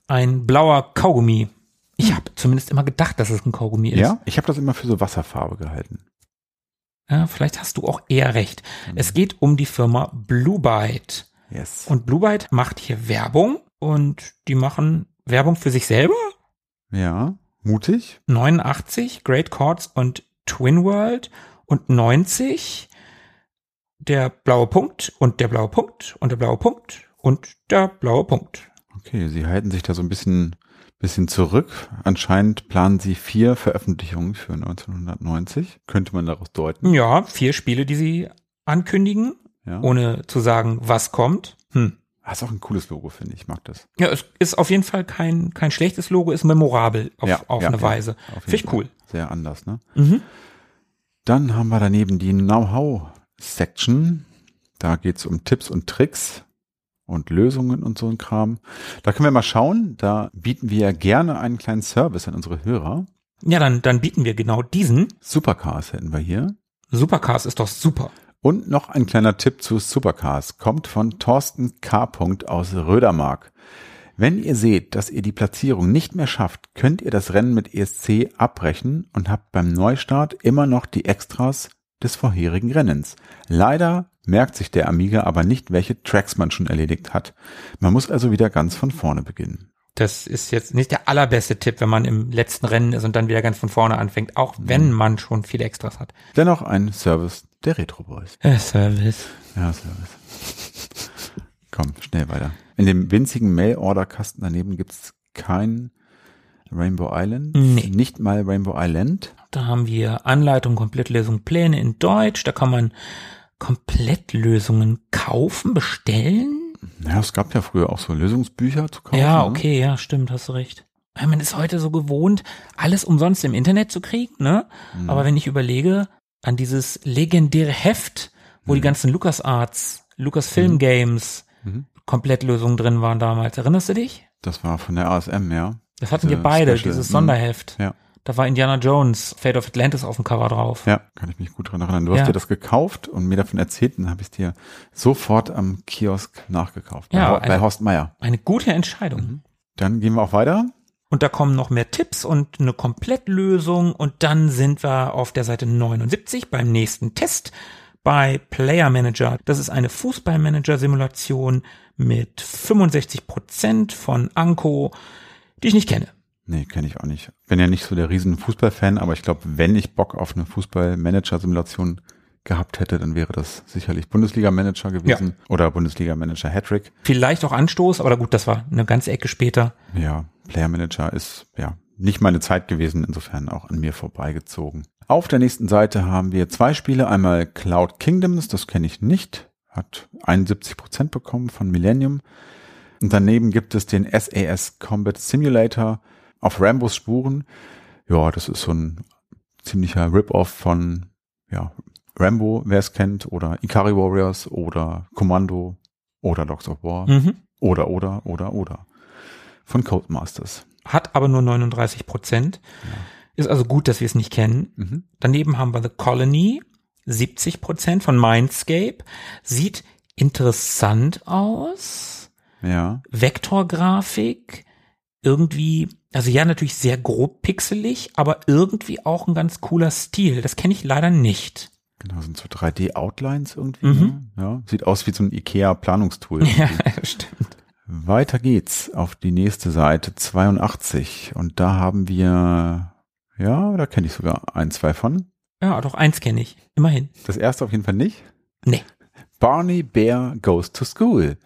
C: ein blauer Kaugummi. Ich habe zumindest immer gedacht, dass es ein Kaugummi ist.
A: Hm. Ja, ich habe das immer für so Wasserfarbe gehalten.
C: ja vielleicht hast du auch eher recht. Es geht um die Firma Blue Byte.
A: Yes.
C: Und Blue Byte macht hier Werbung und die machen Werbung für sich selber.
A: ja, mutig.
C: 89, Great Chords und Twin World und 90, der blaue Punkt und der blaue Punkt und der blaue Punkt und der blaue Punkt.
A: Okay, sie halten sich da so ein bisschen, bisschen zurück. Anscheinend planen sie vier Veröffentlichungen für 1990. Könnte man daraus deuten.
C: Ja, vier Spiele, die sie ankündigen,
A: Ja.
C: ohne zu sagen, was kommt. Hm.
A: Das ist auch ein cooles Logo, finde ich. Ich mag das.
C: Ja, es ist auf jeden Fall kein, kein schlechtes Logo, ist memorabel auf,
A: Ja,
C: auf
A: ja,
C: eine
A: ja,
C: Weise.
A: auf jeden
C: Finde ich
A: Fall.
C: cool.
A: Sehr anders, ne?
C: Mhm.
A: Dann haben wir daneben die Know-how-Section. Da geht's um Tipps und Tricks und Lösungen und so ein Kram. Da können wir mal schauen. Da bieten wir gerne einen kleinen Service an unsere Hörer.
C: Ja, dann, dann bieten wir genau diesen.
A: Supercars hätten wir hier.
C: Supercars ist doch super.
A: Und noch ein kleiner Tipp zu Supercars kommt von Thorsten K. aus Rödermark. Wenn ihr seht, dass ihr die Platzierung nicht mehr schafft, könnt ihr das Rennen mit ESC abbrechen und habt beim Neustart immer noch die Extras des vorherigen Rennens. Leider merkt sich der Amiga aber nicht, welche Tracks man schon erledigt hat. Man muss also wieder ganz von vorne beginnen.
C: Das ist jetzt nicht der allerbeste Tipp, wenn man im letzten Rennen ist und dann wieder ganz von vorne anfängt, auch wenn man schon viele Extras hat.
A: Dennoch ein Service der Retro Boys.
C: Äh, Service.
A: Ja, Service. Komm, schnell weiter. In dem winzigen Mail-Order-Kasten daneben gibt's kein Rainbow Island.
C: Nee.
A: Nicht mal Rainbow Island.
C: Da haben wir Anleitung, Komplettlösung, Pläne in Deutsch. Da kann man Komplettlösungen kaufen, bestellen.
A: Naja, es gab ja früher auch so Lösungsbücher zu kaufen.
C: ja,
A: ne?
C: okay, ja, stimmt, hast du recht. Ja, Man ist heute so gewohnt, alles umsonst im Internet zu kriegen, ne?
A: Mhm.
C: Aber wenn ich überlege an dieses legendäre Heft, wo die ganzen LucasArts, Lucasfilm
A: Mhm.
C: Games,
A: Mhm.
C: Komplettlösungen drin waren damals, erinnerst du dich?
A: Das war von der ASM, ja.
C: Das hatten
A: Diese
C: wir beide,
A: Special,
C: dieses
A: mm.
C: Sonderheft.
A: Ja.
C: Da war Indiana Jones, Fate of Atlantis auf dem Cover drauf.
A: Ja, kann ich mich gut dran erinnern. Du hast
C: Ja.
A: dir das gekauft und mir davon erzählt, dann habe ich dir sofort am Kiosk nachgekauft.
C: Ja,
A: bei, Ho- bei
C: also-
A: Horst Meier.
C: Eine gute Entscheidung.
A: Mhm. Dann gehen wir auch weiter.
C: Und da kommen noch mehr Tipps und eine Komplettlösung. Und dann sind wir auf der Seite 79 beim nächsten Test bei Player Manager. Das ist eine Fußballmanager-Simulation mit 65% von Anko, die ich nicht kenne.
A: Nee, kenne ich auch nicht. Bin ja nicht so der riesen Fußballfan, aber ich glaube, wenn ich Bock auf eine Fußball-Manager-Simulation gehabt hätte, dann wäre das sicherlich Bundesliga-Manager gewesen oder Bundesliga-Manager-Hattrick.
C: Vielleicht auch Anstoß, aber gut, das war eine ganze Ecke später.
A: Ja, Player-Manager ist ja nicht meine Zeit gewesen, insofern auch an mir vorbeigezogen. Auf der nächsten Seite haben wir zwei Spiele. Einmal Cloud Kingdoms, das kenne ich nicht, hat 71 Prozent bekommen von Millennium. Und daneben gibt es den SAS Combat Simulator auf Rambos Spuren. Ja, das ist so ein ziemlicher Rip-Off von ja, Rambo, wer es kennt, oder Ikari Warriors oder Commando oder Dogs of War
C: Mhm.
A: oder oder oder oder von Codemasters.
C: Hat aber nur 39%. Ist also gut, dass wir es nicht kennen.
A: Mhm.
C: Daneben haben wir The Colony, 70% von Mindscape. Sieht interessant aus.
A: Ja,
C: Vektorgrafik, irgendwie, also ja, natürlich sehr grob pixelig, aber irgendwie auch ein ganz cooler Stil. Das kenne ich leider nicht.
A: genau, sind so 3D-Outlines irgendwie.
C: Mhm.
A: Ne? Ja, sieht aus wie so ein IKEA-Planungstool.
C: Ja, stimmt.
A: Weiter geht's auf die nächste Seite, 82. Und da haben wir Ja, da kenne ich sogar ein, zwei von.
C: Ja, doch eins kenne ich. Immerhin.
A: Das erste auf jeden Fall nicht.
C: Nee.
A: Barney Bear Goes to School.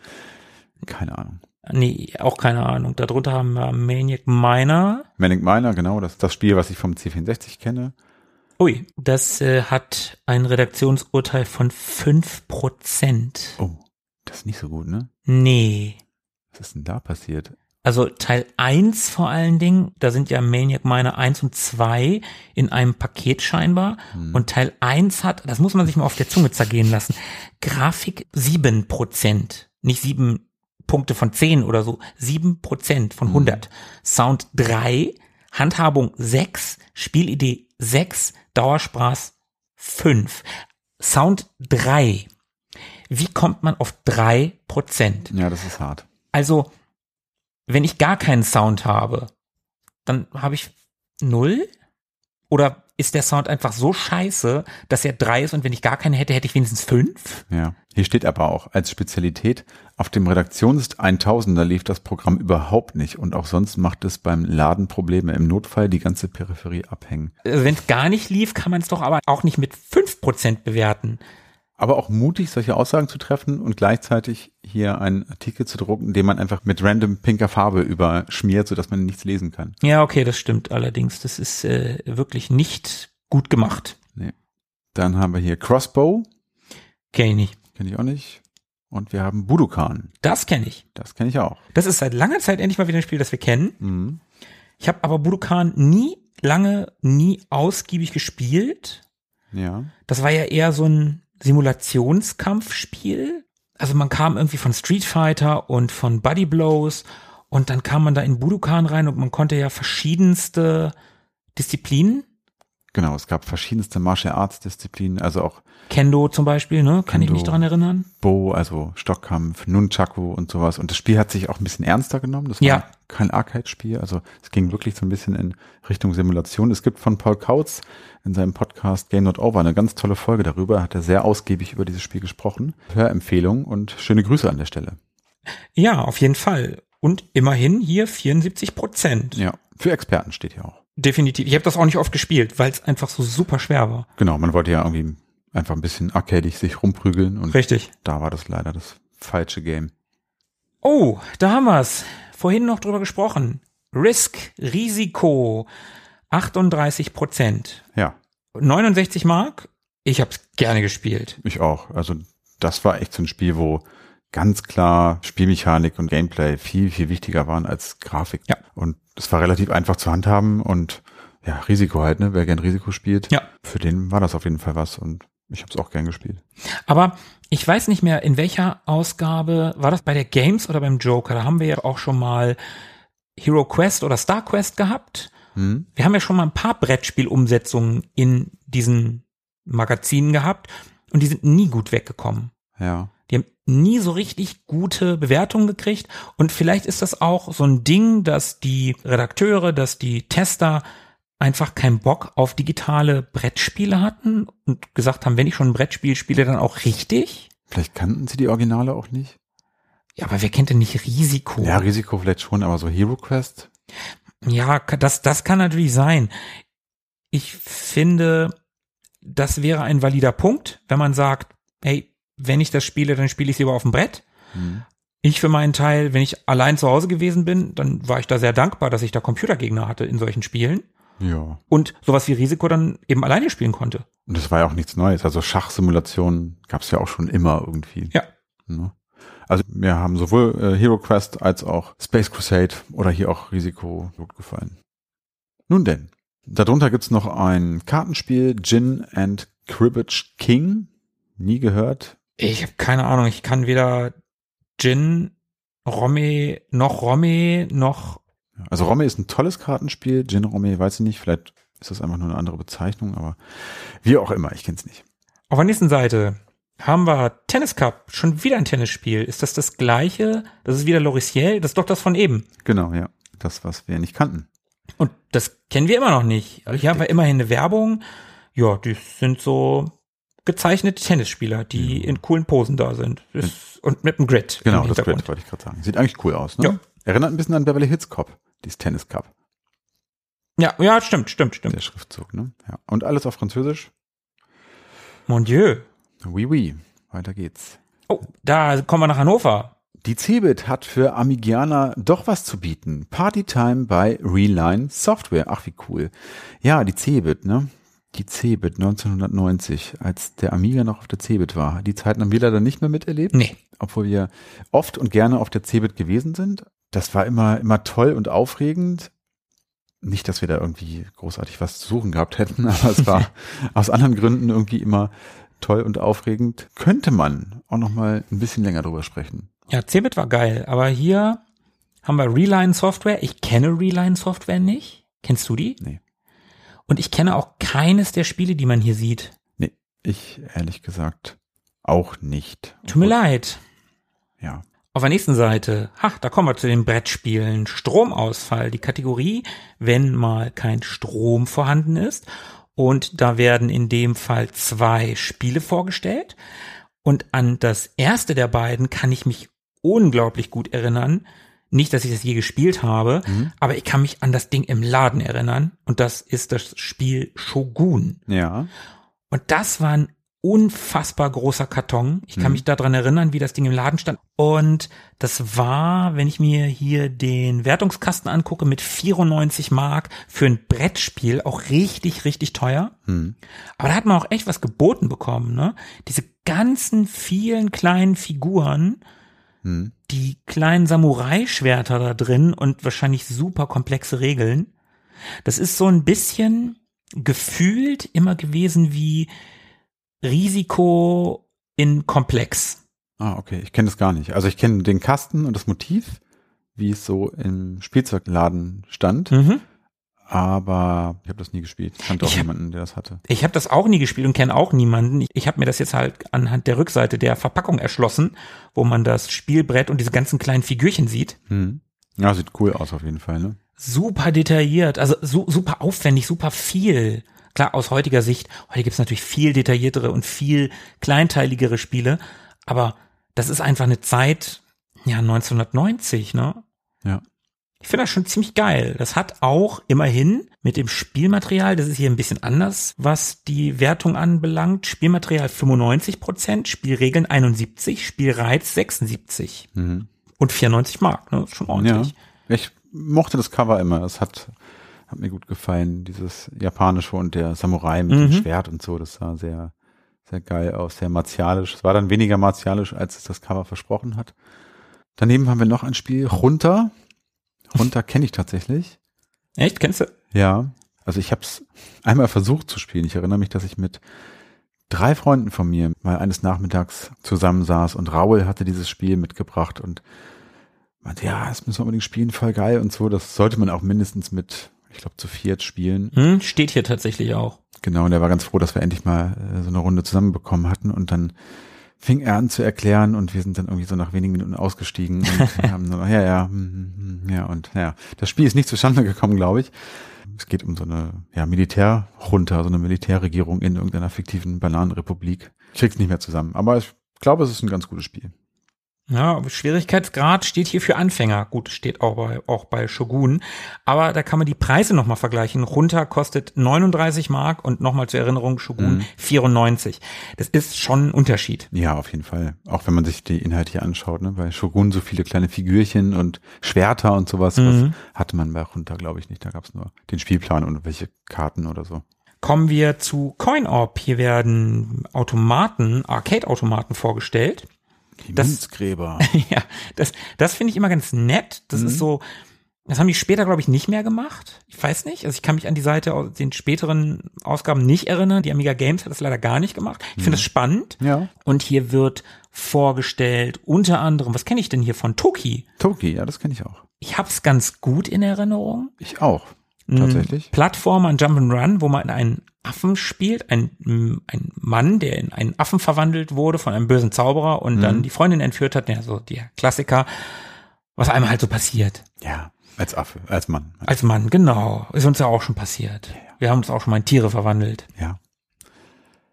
A: Keine Ahnung.
C: Nee, auch keine Ahnung. Darunter haben wir Maniac Miner.
A: Manic Miner, genau, das ist das Spiel, was ich vom C64 kenne.
C: Ui, das äh, hat ein Redaktionsurteil von 5%.
A: Oh, das ist nicht so gut, ne?
C: Nee.
A: Was ist denn da passiert?
C: Also Teil 1 vor allen Dingen, da sind ja Maniac Miner 1 und 2 in einem Paket scheinbar. Und Teil 1 hat, das muss man sich mal auf der Zunge zergehen lassen, Grafik 7%. Nicht 7 Punkte von 10 oder so, 7% von 100. Sound 3, Handhabung 6, Spielidee 6, Dauerspaß 5. Sound 3. Wie kommt man auf 3%?
A: Ja, das ist hart.
C: Also, wenn ich gar keinen Sound habe, dann habe ich null? Oder ist der Sound einfach so scheiße, dass er drei ist und wenn ich gar keine hätte, hätte ich wenigstens fünf?
A: Ja. Hier steht aber auch als Spezialität, auf dem Redaktions 1000er lief das Programm überhaupt nicht und auch sonst macht es beim Laden Probleme. Im Notfall die ganze Peripherie abhängen.
C: Also wenn es gar nicht lief, kann man es doch aber auch nicht mit fünf Prozent bewerten.
A: Aber auch mutig, solche Aussagen zu treffen und gleichzeitig hier einen Artikel zu drucken, den man einfach mit random pinker Farbe überschmiert, sodass man nichts lesen kann.
C: Ja, okay, das stimmt allerdings. Das ist äh, wirklich nicht gut gemacht.
A: Dann haben wir hier Crossbow,
C: Kenne ich nicht.
A: kenne ich auch nicht. Und wir haben Budokan,
C: Das kenne ich.
A: das kenne ich auch.
C: Das ist seit langer Zeit endlich mal wieder ein Spiel, das wir kennen.
A: Mhm.
C: Ich habe aber Budokan nie lange, nie ausgiebig gespielt.
A: Ja.
C: Das war ja eher so ein Simulationskampfspiel. Also man kam irgendwie von Street Fighter und von Buddy Blows und dann kam man da in Budokan rein und man konnte ja verschiedenste Disziplinen,
A: Genau, es gab verschiedenste Martial Arts Disziplinen, also auch
C: Kendo zum Beispiel, ne? Kann ich mich
A: Kendo.
C: daran erinnern?
A: Bo, also Stockkampf, Nunchaku und sowas. Und das Spiel hat sich auch ein bisschen ernster genommen. Das war
C: Ja.
A: kein Arcade-Spiel. Also es ging wirklich so ein bisschen in Richtung Simulation. Es gibt von Paul Kautz in seinem Podcast Game Not Over eine ganz tolle Folge darüber. Hat er sehr ausgiebig über dieses Spiel gesprochen. Hörempfehlung und schöne Grüße an der Stelle.
C: Ja, auf jeden Fall. Und immerhin hier 74 Prozent.
A: Ja, für Experten steht hier auch.
C: Definitiv. Ich habe das auch nicht oft gespielt, weil es einfach so super schwer war.
A: Genau, man wollte ja irgendwie einfach ein bisschen arcadig sich rumprügeln und
C: Richtig.
A: da war das leider das falsche Game.
C: Oh, da haben wir's. Vorhin noch drüber gesprochen. Risk, Risiko, 38 Prozent.
A: Ja,
C: 69 Mark. Ich hab's gerne gespielt.
A: Ich auch. Also das war echt so ein Spiel, wo ganz klar Spielmechanik und Gameplay viel, viel wichtiger waren als Grafik.
C: Ja.
A: Und es war relativ einfach zu handhaben und ja, Risiko halt, ne? Wer gern Risiko spielt,
C: Ja.
A: für den war das auf jeden Fall was und ich habe es auch gern gespielt.
C: Aber ich weiß nicht mehr, in welcher Ausgabe war das bei der Games oder beim Joker? Da haben wir ja auch schon mal Hero Quest oder Star Quest gehabt.
A: Hm?
C: Wir haben ja schon mal ein paar Brettspielumsetzungen in diesen Magazinen gehabt und die sind nie gut weggekommen.
A: Ja.
C: Die haben nie so richtig gute Bewertungen gekriegt. Und vielleicht ist das auch so ein Ding, dass die Redakteure, dass die Tester einfach keinen Bock auf digitale Brettspiele hatten und gesagt haben, wenn ich schon ein Brettspiel spiele, dann auch richtig.
A: Vielleicht kannten sie die Originale auch nicht.
C: Ja, aber wer kennt denn nicht Risiko?
A: Ja, Risiko vielleicht schon, aber so Hero Quest.
C: Ja, ka- das, das kann natürlich sein. Ich finde, das wäre ein valider Punkt, wenn man sagt, hey, wenn ich das spiele, dann spiele ich es lieber auf dem Brett.
A: Hm.
C: Ich für meinen Teil, wenn ich allein zu Hause gewesen bin, dann war ich da sehr dankbar, dass ich da Computergegner hatte in solchen Spielen
A: Ja.
C: und sowas wie Risiko dann eben alleine spielen konnte.
A: Und das war ja auch nichts Neues. Also Schachsimulationen gab es ja auch schon immer irgendwie.
C: Ja.
A: Ne? Also mir haben sowohl äh, Hero Quest als auch Space Crusade oder hier auch Risiko gut gefallen. Nun denn, darunter gibt's noch ein Kartenspiel, Gin and Cribbage King. Nie gehört.
C: Ich habe keine Ahnung, ich kann weder Gin, Romme, noch Romme, noch
A: Also Romme ist ein tolles Kartenspiel. Gin Romme, weiß ich nicht. Vielleicht ist das einfach nur eine andere Bezeichnung, aber wie auch immer, ich kenn's nicht.
C: auf der nächsten Seite haben wir Tennis Cup, schon wieder ein Tennisspiel. Ist das das gleiche? Das ist wieder Lorisiel, das ist doch das von eben.
A: Genau, ja. Das, was wir nicht kannten.
C: Und das kennen wir immer noch nicht. Also hier haben wir immerhin eine Werbung. Ja, die sind so gezeichnete Tennisspieler, die in coolen Posen da sind. Ist, und mit einem Grid.
A: Mhm. Genau,
C: im
A: das
C: Hintergrund.
A: Grid wollte ich gerade sagen. Sieht eigentlich cool aus, ne?
C: Ja.
A: Erinnert ein bisschen an Beverly Hills Cop, dieses Tennis Cup.
C: Ja, ja, stimmt, stimmt, stimmt.
A: der Schriftzug. Ne? Ja. Und alles auf Französisch.
C: Mon Dieu.
A: Oui, oui. Weiter geht's.
C: Oh, da kommen wir nach Hannover.
A: Die Cebit hat für Amigianer doch was zu bieten. Partytime bei Reline Software. Ach, wie cool. Ja, die Cebit, ne? Die Cebit 1990, als der Amiga noch auf der Cebit war. Die Zeiten haben wir leider nicht mehr miterlebt,
C: Nee.
A: obwohl wir oft und gerne auf der Cebit gewesen sind. Das war immer, immer toll und aufregend. Nicht, dass wir da irgendwie großartig was zu suchen gehabt hätten, aber es war aus anderen Gründen irgendwie immer toll und aufregend. Könnte man auch noch mal ein bisschen länger drüber sprechen.
C: Ja, Cebit war geil, aber hier haben wir Reline Software. Ich kenne Reline Software nicht. Kennst du die?
A: Nee.
C: Und ich kenne auch keines der Spiele, die man hier sieht.
A: Nee, ich ehrlich gesagt auch nicht.
C: Tut mir leid.
A: Ja.
C: Auf der nächsten Seite, ha, da kommen wir zu den Brettspielen. Stromausfall, die Kategorie, wenn mal kein Strom vorhanden ist. Und da werden in dem Fall zwei Spiele vorgestellt. Und an das erste der beiden kann ich mich unglaublich gut erinnern. Nicht, dass ich das je gespielt habe, aber ich kann mich an das Ding im Laden erinnern. Und das ist das Spiel Shogun.
A: Ja.
C: Und das war ein unfassbar großer Karton. Ich kann
A: Mhm.
C: mich daran erinnern, wie das Ding im Laden stand. Und das war, wenn ich mir hier den Wertungskasten angucke, mit 94 Mark für ein Brettspiel auch richtig, richtig teuer.
A: Hm.
C: Aber da hat man auch echt was geboten bekommen, ne? Diese ganzen vielen kleinen Figuren,
A: Hm.
C: die kleinen Samurai-Schwerter da drin und wahrscheinlich super komplexe Regeln. Das ist so ein bisschen gefühlt immer gewesen wie Risiko in Komplex.
A: Ah, okay. Ich kenne das gar nicht. Also ich kenne den Kasten und das Motiv, wie es so im Spielzeugladen stand, aber ich habe das nie gespielt. Ich kannte auch
C: Ich hab-
A: niemanden, der das hatte.
C: Ich habe das auch nie gespielt und kenne auch niemanden. Ich, ich habe mir das jetzt halt anhand der Rückseite der Verpackung erschlossen, wo man das Spielbrett und diese ganzen kleinen Figürchen sieht.
A: Hm. Ja, sieht cool aus auf jeden Fall, ne?
C: Super detailliert, also su super aufwendig, super viel. Klar, aus heutiger Sicht, heute gibt's natürlich viel detailliertere und viel kleinteiligere Spiele, aber das ist einfach eine Zeit, ja, 1990, ne?
A: Ja.
C: Ich finde das schon ziemlich geil. Das hat auch immerhin mit dem Spielmaterial, das ist hier ein bisschen anders, was die Wertung anbelangt. Spielmaterial 95%, Spielregeln 71, Spielreiz 76
A: Mhm.
C: und 94 Mark, ne? Ist schon
A: Ja.
C: ordentlich.
A: Ich mochte das Cover immer. Es hat, hat mir gut gefallen, dieses japanische und der Samurai mit dem
C: Mhm.
A: Schwert und so. Das sah sehr, sehr geil aus, sehr martialisch. Es war dann weniger martialisch, als es das Cover versprochen hat. Daneben haben wir noch ein Spiel, Runter. Runter kenne ich tatsächlich.
C: Echt? Kennst du?
A: Ja, also ich habe es einmal versucht zu spielen. Ich erinnere mich, dass ich mit drei Freunden von mir mal eines Nachmittags zusammensaß und Raul hatte dieses Spiel mitgebracht und meinte, ja, das müssen wir unbedingt spielen, voll geil und so. Das sollte man auch mindestens mit, ich glaube, zu viert spielen.
C: Hm, steht hier tatsächlich auch.
A: Genau, und er war ganz froh, dass wir endlich mal äh, so eine Runde zusammenbekommen hatten und dann fing er an zu erklären und wir sind dann irgendwie so nach wenigen Minuten ausgestiegen und haben nur, ja, ja, mm, mm, ja und ja, das Spiel ist nicht zustande gekommen, glaube ich. Es geht um so eine ja, Militärjunta, so eine Militärregierung in irgendeiner fiktiven Bananenrepublik. Ich krieg's nicht mehr zusammen, aber ich glaube, es ist ein ganz gutes Spiel.
C: Ja, Schwierigkeitsgrad steht hier für Anfänger. Gut, steht auch bei, auch bei Shogun. Aber da kann man die Preise nochmal vergleichen. Runter kostet 39 Mark und nochmal zur Erinnerung Shogun 94. Das ist schon ein Unterschied.
A: Ja, auf jeden Fall. Auch wenn man sich die Inhalte hier anschaut, ne? Bei Shogun so viele kleine Figürchen und Schwerter und sowas,
C: Mhm.
A: was hatte man bei Runter, glaube ich, nicht. Da gab's nur den Spielplan und welche Karten oder so.
C: Kommen wir zu CoinOp. Hier werden Automaten, Arcade-Automaten vorgestellt.
A: Die
C: Das-
A: Münzgräber.
C: ja, das, das finde ich immer ganz nett. Das ist so, das haben die später, glaube ich, nicht mehr gemacht. Ich weiß nicht. Also ich kann mich an die Seite aus den späteren Ausgaben nicht erinnern. Die Amiga Games hat das leider gar nicht gemacht. Ich finde das spannend.
A: ja.
C: Und hier wird vorgestellt, unter anderem, was kenne ich denn hier von Toki?
A: Toki, ja, das kenne ich auch.
C: Ich hab's ganz gut in Erinnerung.
A: Ich auch.
C: Ein
A: Tatsächlich.
C: Plattformer, ein Jump'n'Run, wo man einen Affen spielt, ein, mm, ein Mann, der in einen Affen verwandelt wurde von einem bösen Zauberer und dann die Freundin entführt hat, ja, so der Klassiker, was einem halt so passiert.
A: Ja. Als Affe, als Mann.
C: Als Mann, genau. Ist uns ja auch schon passiert. Wir haben uns auch schon mal in Tiere verwandelt.
A: Ja.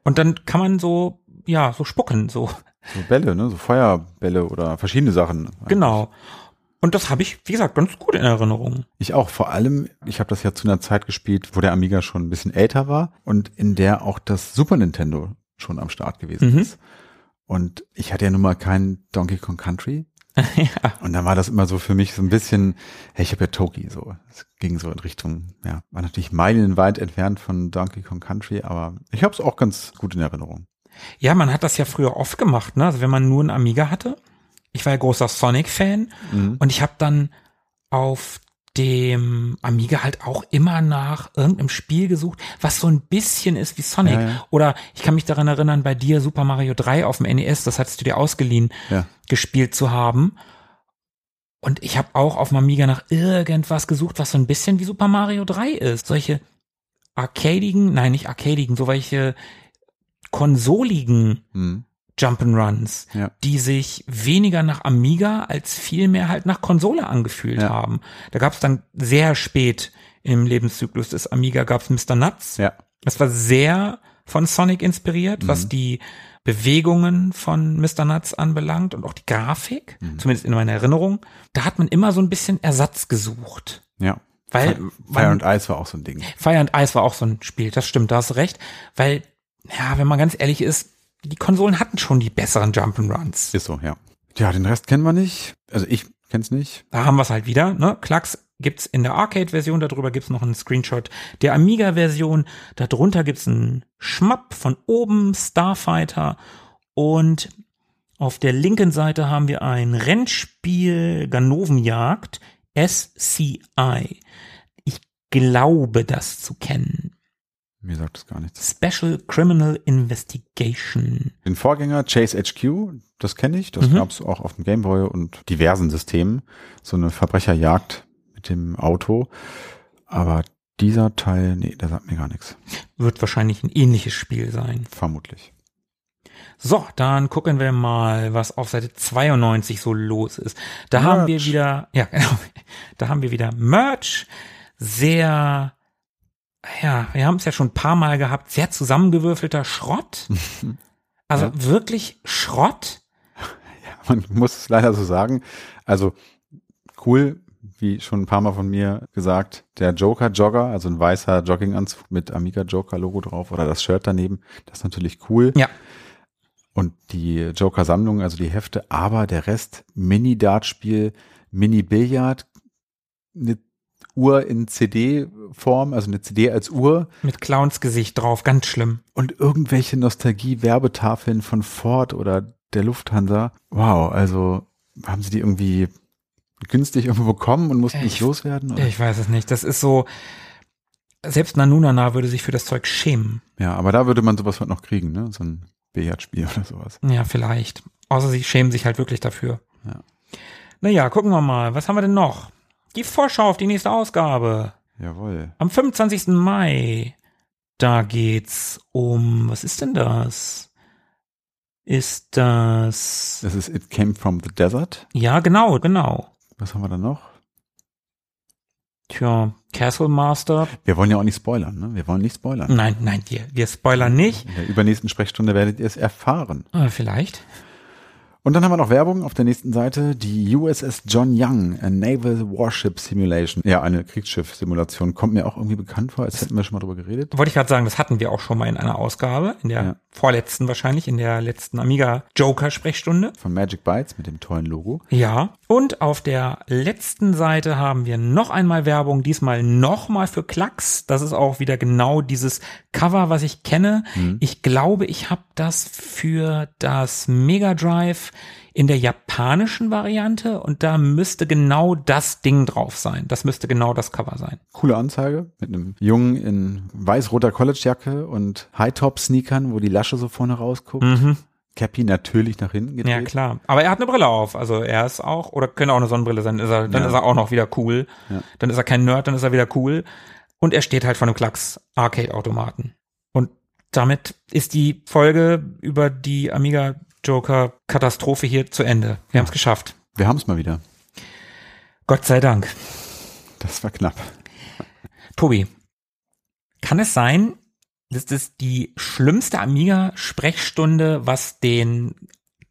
C: Und dann kann man so, ja, so spucken, so.
A: So Bälle, ne? So Feuerbälle oder verschiedene Sachen.
C: Genau. Und das habe ich, wie gesagt, ganz gut in Erinnerung.
A: Ich auch. Vor allem, ich habe das ja zu einer Zeit gespielt, wo der Amiga schon ein bisschen älter war und in der auch das Super Nintendo schon am Start gewesen
C: Mhm.
A: ist. Und ich hatte ja nun mal keinen Donkey Kong Country.
C: ja.
A: Und dann war das immer so für mich so ein bisschen, hey, ich habe ja Toki so. Es ging so in Richtung, ja, war natürlich meilenweit entfernt von Donkey Kong Country, aber ich habe es auch ganz gut in Erinnerung.
C: ja, man hat das ja früher oft gemacht, ne? Also wenn man nur einen Amiga hatte. Ich war ja großer Sonic-Fan
A: Mhm.
C: und ich habe dann auf dem Amiga halt auch immer nach irgendeinem Spiel gesucht, was so ein bisschen ist wie Sonic.
A: Ja, ja.
C: Oder ich kann mich daran erinnern, bei dir Super Mario 3 auf dem NES, das hattest du dir ausgeliehen,
A: Ja.
C: gespielt zu haben. Und ich habe auch auf dem Amiga nach irgendwas gesucht, was so ein bisschen wie Super Mario 3 ist. Solche arcadigen, nein, nicht arcadigen, so welche konsoligen
A: Mhm.
C: Jump'n'Runs,
A: Ja.
C: die sich weniger nach Amiga als vielmehr halt nach Konsole angefühlt
A: Ja.
C: haben. Da gab es dann sehr spät im Lebenszyklus des Amiga gab's Mr. Nuts.
A: Ja.
C: Das war sehr von Sonic inspiriert,
A: Mhm.
C: was die Bewegungen von Mr. Nuts anbelangt und auch die Grafik,
A: Mhm.
C: zumindest in meiner Erinnerung. Da hat man immer so ein bisschen Ersatz gesucht.
A: Ja.
C: Weil
A: Fire, Fire
C: man-
A: und Eis war auch so ein Ding.
C: Fire and Ice war auch so ein Spiel, das stimmt, da hast du recht. Weil, ja, wenn man ganz ehrlich ist, die Konsolen hatten schon die besseren Jump'n'Runs.
A: Ist so, ja. Ja, den Rest kennen wir nicht. Also ich kenn's nicht.
C: Da haben wir es halt wieder, ne? Klacks gibt's in der Arcade-Version, darüber gibt's noch einen Screenshot der Amiga-Version, darunter gibt's einen Schmapp von oben, Starfighter und auf der linken Seite haben wir ein Rennspiel Ganovenjagd SCI. Ich glaube, das zu kennen.
A: Mir sagt das gar nichts.
C: Special Criminal Investigation.
A: Den Vorgänger Chase HQ, das kenne ich. Das
C: Mhm.
A: gab's auch auf dem Gameboy und diversen Systemen. So eine Verbrecherjagd mit dem Auto. Aber dieser Teil, nee, der sagt mir gar nichts.
C: Wird wahrscheinlich ein ähnliches Spiel sein.
A: Vermutlich.
C: So, dann gucken wir mal, was auf Seite 92 so los ist. Da
A: Merch.
C: haben wir wieder, ja, genau, da haben wir wieder Merch. Sehr, ja, wir haben es ja schon ein paar Mal gehabt, sehr zusammengewürfelter Schrott. Also wirklich Schrott.
A: Man muss es leider so sagen. Also cool, wie schon ein paar Mal von mir gesagt, der Joker-Jogger, also ein weißer Jogginganzug mit Amiga-Joker-Logo drauf oder das Shirt daneben, das ist natürlich cool.
C: Ja.
A: Und die Joker-Sammlung, also die Hefte, aber der Rest, Mini-Dartspiel, Mini-Billard, eine Uhr in CD-Form, also eine CD als Uhr
C: Mit Clowns Gesicht drauf, ganz schlimm.
A: und irgendwelche Nostalgie-Werbetafeln von Ford oder der Lufthansa. Wow, also haben sie die irgendwie günstig irgendwo bekommen und mussten
C: Ich-
A: nicht loswerden? Oder?
C: Ich weiß es nicht. Das ist so, selbst Nanunana würde sich für das Zeug schämen.
A: Ja, aber da würde man sowas heute noch kriegen, ne? So ein Billardspiel oder sowas.
C: Ja, vielleicht. Außer sie schämen sich halt wirklich dafür.
A: Ja.
C: Naja, gucken wir mal. Was haben wir denn noch? Die Vorschau auf die nächste Ausgabe.
A: Jawohl.
C: Am 25. Mai. Da geht's um. Was ist denn das? Ist das.
A: Das ist It Came From the Desert.
C: Ja, genau, genau.
A: Was haben wir da noch?
C: Tja, Castle Master.
A: Wir wollen ja auch nicht spoilern, ne? Wir wollen nicht spoilern.
C: Nein, nein, wir, wir spoilern nicht.
A: In der übernächsten Sprechstunde werdet ihr es erfahren.
C: Äh, vielleicht.
A: Und dann haben wir noch Werbung auf der nächsten Seite. Die USS John Young, a Naval Warship Simulation. Ja, eine Kriegsschiff-Simulation. Kommt mir auch irgendwie bekannt vor, als hätten wir schon mal drüber geredet.
C: Wollte ich gerade sagen, das hatten wir auch schon mal in einer Ausgabe. In der
A: Ja.
C: vorletzten wahrscheinlich, in der letzten Amiga Joker Sprechstunde.
A: Von Magic Bytes mit dem tollen Logo.
C: Ja, und auf der letzten Seite haben wir noch einmal Werbung, diesmal nochmal für Klacks. Das ist auch wieder genau dieses Cover, was ich kenne. Ich glaube, ich habe das für das Mega Drive in der japanischen Variante und da müsste genau das Ding drauf sein. Das müsste genau das Cover sein.
A: Coole Anzeige mit einem Jungen in weiß-roter Collegejacke und High-Top-Sneakern, wo die Lasche so vorne rausguckt. Cappy natürlich nach hinten gedreht.
C: Ja, klar. Aber er hat eine Brille auf. Also er ist auch, oder könnte auch eine Sonnenbrille sein, ist er, dann ist er auch noch wieder cool. Dann ist er kein Nerd, dann ist er wieder cool. Und er steht halt vor einem Klacks Arcade-Automaten. Und damit ist die Folge über die Amiga Joker Katastrophe hier zu Ende. Wir haben es geschafft.
A: Wir haben es mal wieder.
C: Gott sei Dank.
A: Das war knapp.
C: Tobi, kann es sein, dass das die schlimmste Amiga-Sprechstunde, was den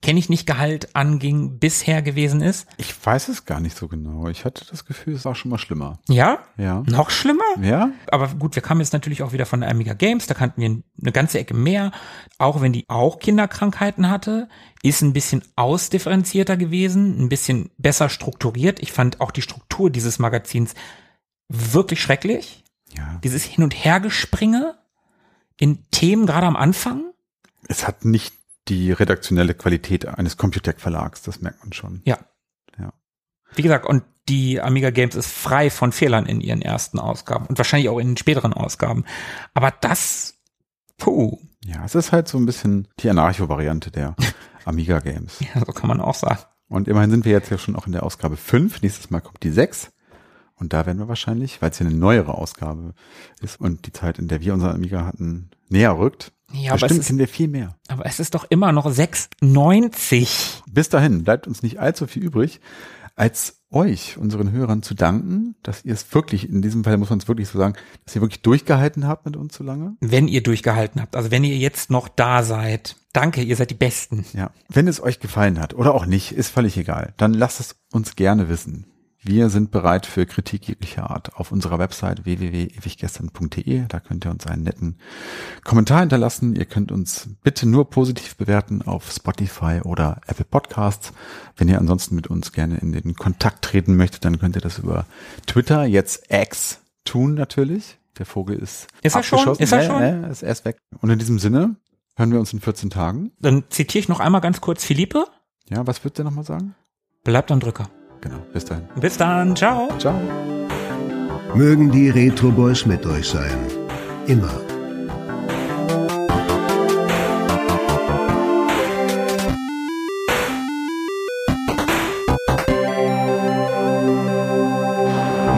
C: kenne ich nicht Gehalt anging, bisher gewesen ist.
A: Ich weiß es gar nicht so genau. Ich hatte das Gefühl, es war schon mal schlimmer.
C: Ja?
A: Ja.
C: Noch schlimmer?
A: Ja?
C: Aber gut, wir kamen jetzt natürlich auch wieder von der Amiga Games, da kannten wir eine ganze Ecke mehr. Auch wenn die auch Kinderkrankheiten hatte, ist ein bisschen ausdifferenzierter gewesen, ein bisschen besser strukturiert. Ich fand auch die Struktur dieses Magazins wirklich schrecklich.
A: Ja.
C: Dieses Hin- und Hergespringe in Themen gerade am Anfang.
A: Es hat nicht die redaktionelle Qualität eines Computerverlags, das merkt man schon.
C: Ja.
A: Ja.
C: Wie gesagt, und die Amiga Games ist frei von Fehlern in ihren ersten Ausgaben und wahrscheinlich auch in den späteren Ausgaben. Aber das, puh,
A: Ja, es ist halt so ein bisschen die Anarcho-Variante der Amiga Games.
C: ja, so kann man auch sagen.
A: Und immerhin sind wir jetzt ja schon auch in der Ausgabe 5. Nächstes Mal kommt die 6. Und da werden wir wahrscheinlich, weil es ja eine neuere Ausgabe ist und die Zeit, in der wir unseren Amiga hatten, näher rückt.
C: Ja, aber es,
A: bestimmt
C: ist,
A: kennen wir viel mehr.
C: aber es ist doch immer noch 6,90.
A: Bis dahin bleibt uns nicht allzu viel übrig, als euch, unseren Hörern, zu danken, dass ihr es wirklich, in diesem Fall muss man es wirklich so sagen, dass ihr wirklich durchgehalten habt mit uns so lange.
C: Wenn ihr durchgehalten habt, also wenn ihr jetzt noch da seid, danke, ihr seid die Besten.
A: Ja. Wenn es euch gefallen hat oder auch nicht, ist völlig egal. Dann lasst es uns gerne wissen. Wir sind bereit für Kritik jeglicher Art auf unserer Website www.ewiggestern.de. Da könnt ihr uns einen netten Kommentar hinterlassen. Ihr könnt uns bitte nur positiv bewerten auf Spotify oder Apple Podcasts. Wenn ihr ansonsten mit uns gerne in den Kontakt treten möchtet, dann könnt ihr das über Twitter, jetzt X, tun natürlich. Der Vogel ist
C: Ist er schon?
A: abgeschossen.
C: Ist er
A: Ja,
C: schon?
A: ja, ist erst weg. Und in diesem Sinne hören wir uns in 14 Tagen.
C: Dann zitiere ich noch einmal ganz kurz Philippe.
A: Ja, was würdest du nochmal sagen?
C: Bleibt am Drücker.
A: Genau, bis dahin.
C: Bis dann, ciao.
A: Ciao.
B: Mögen die Retro Boys mit euch sein. Immer.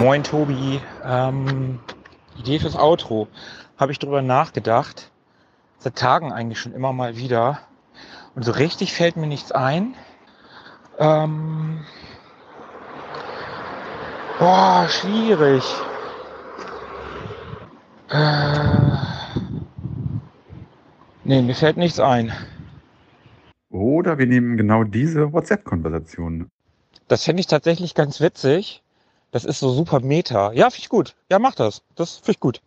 D: Moin Tobi, ähm, Idee fürs Outro. Habe ich drüber nachgedacht. Seit Tagen eigentlich schon immer mal wieder. Und so richtig fällt mir nichts ein. Ähm, boah, schwierig. Äh, nee, mir fällt nichts ein.
A: Oder wir nehmen genau diese WhatsApp-Konversation.
D: Das fände ich tatsächlich ganz witzig. Das ist so super Meta. Ja, finde ich gut. Ja, mach das. Das finde ich gut.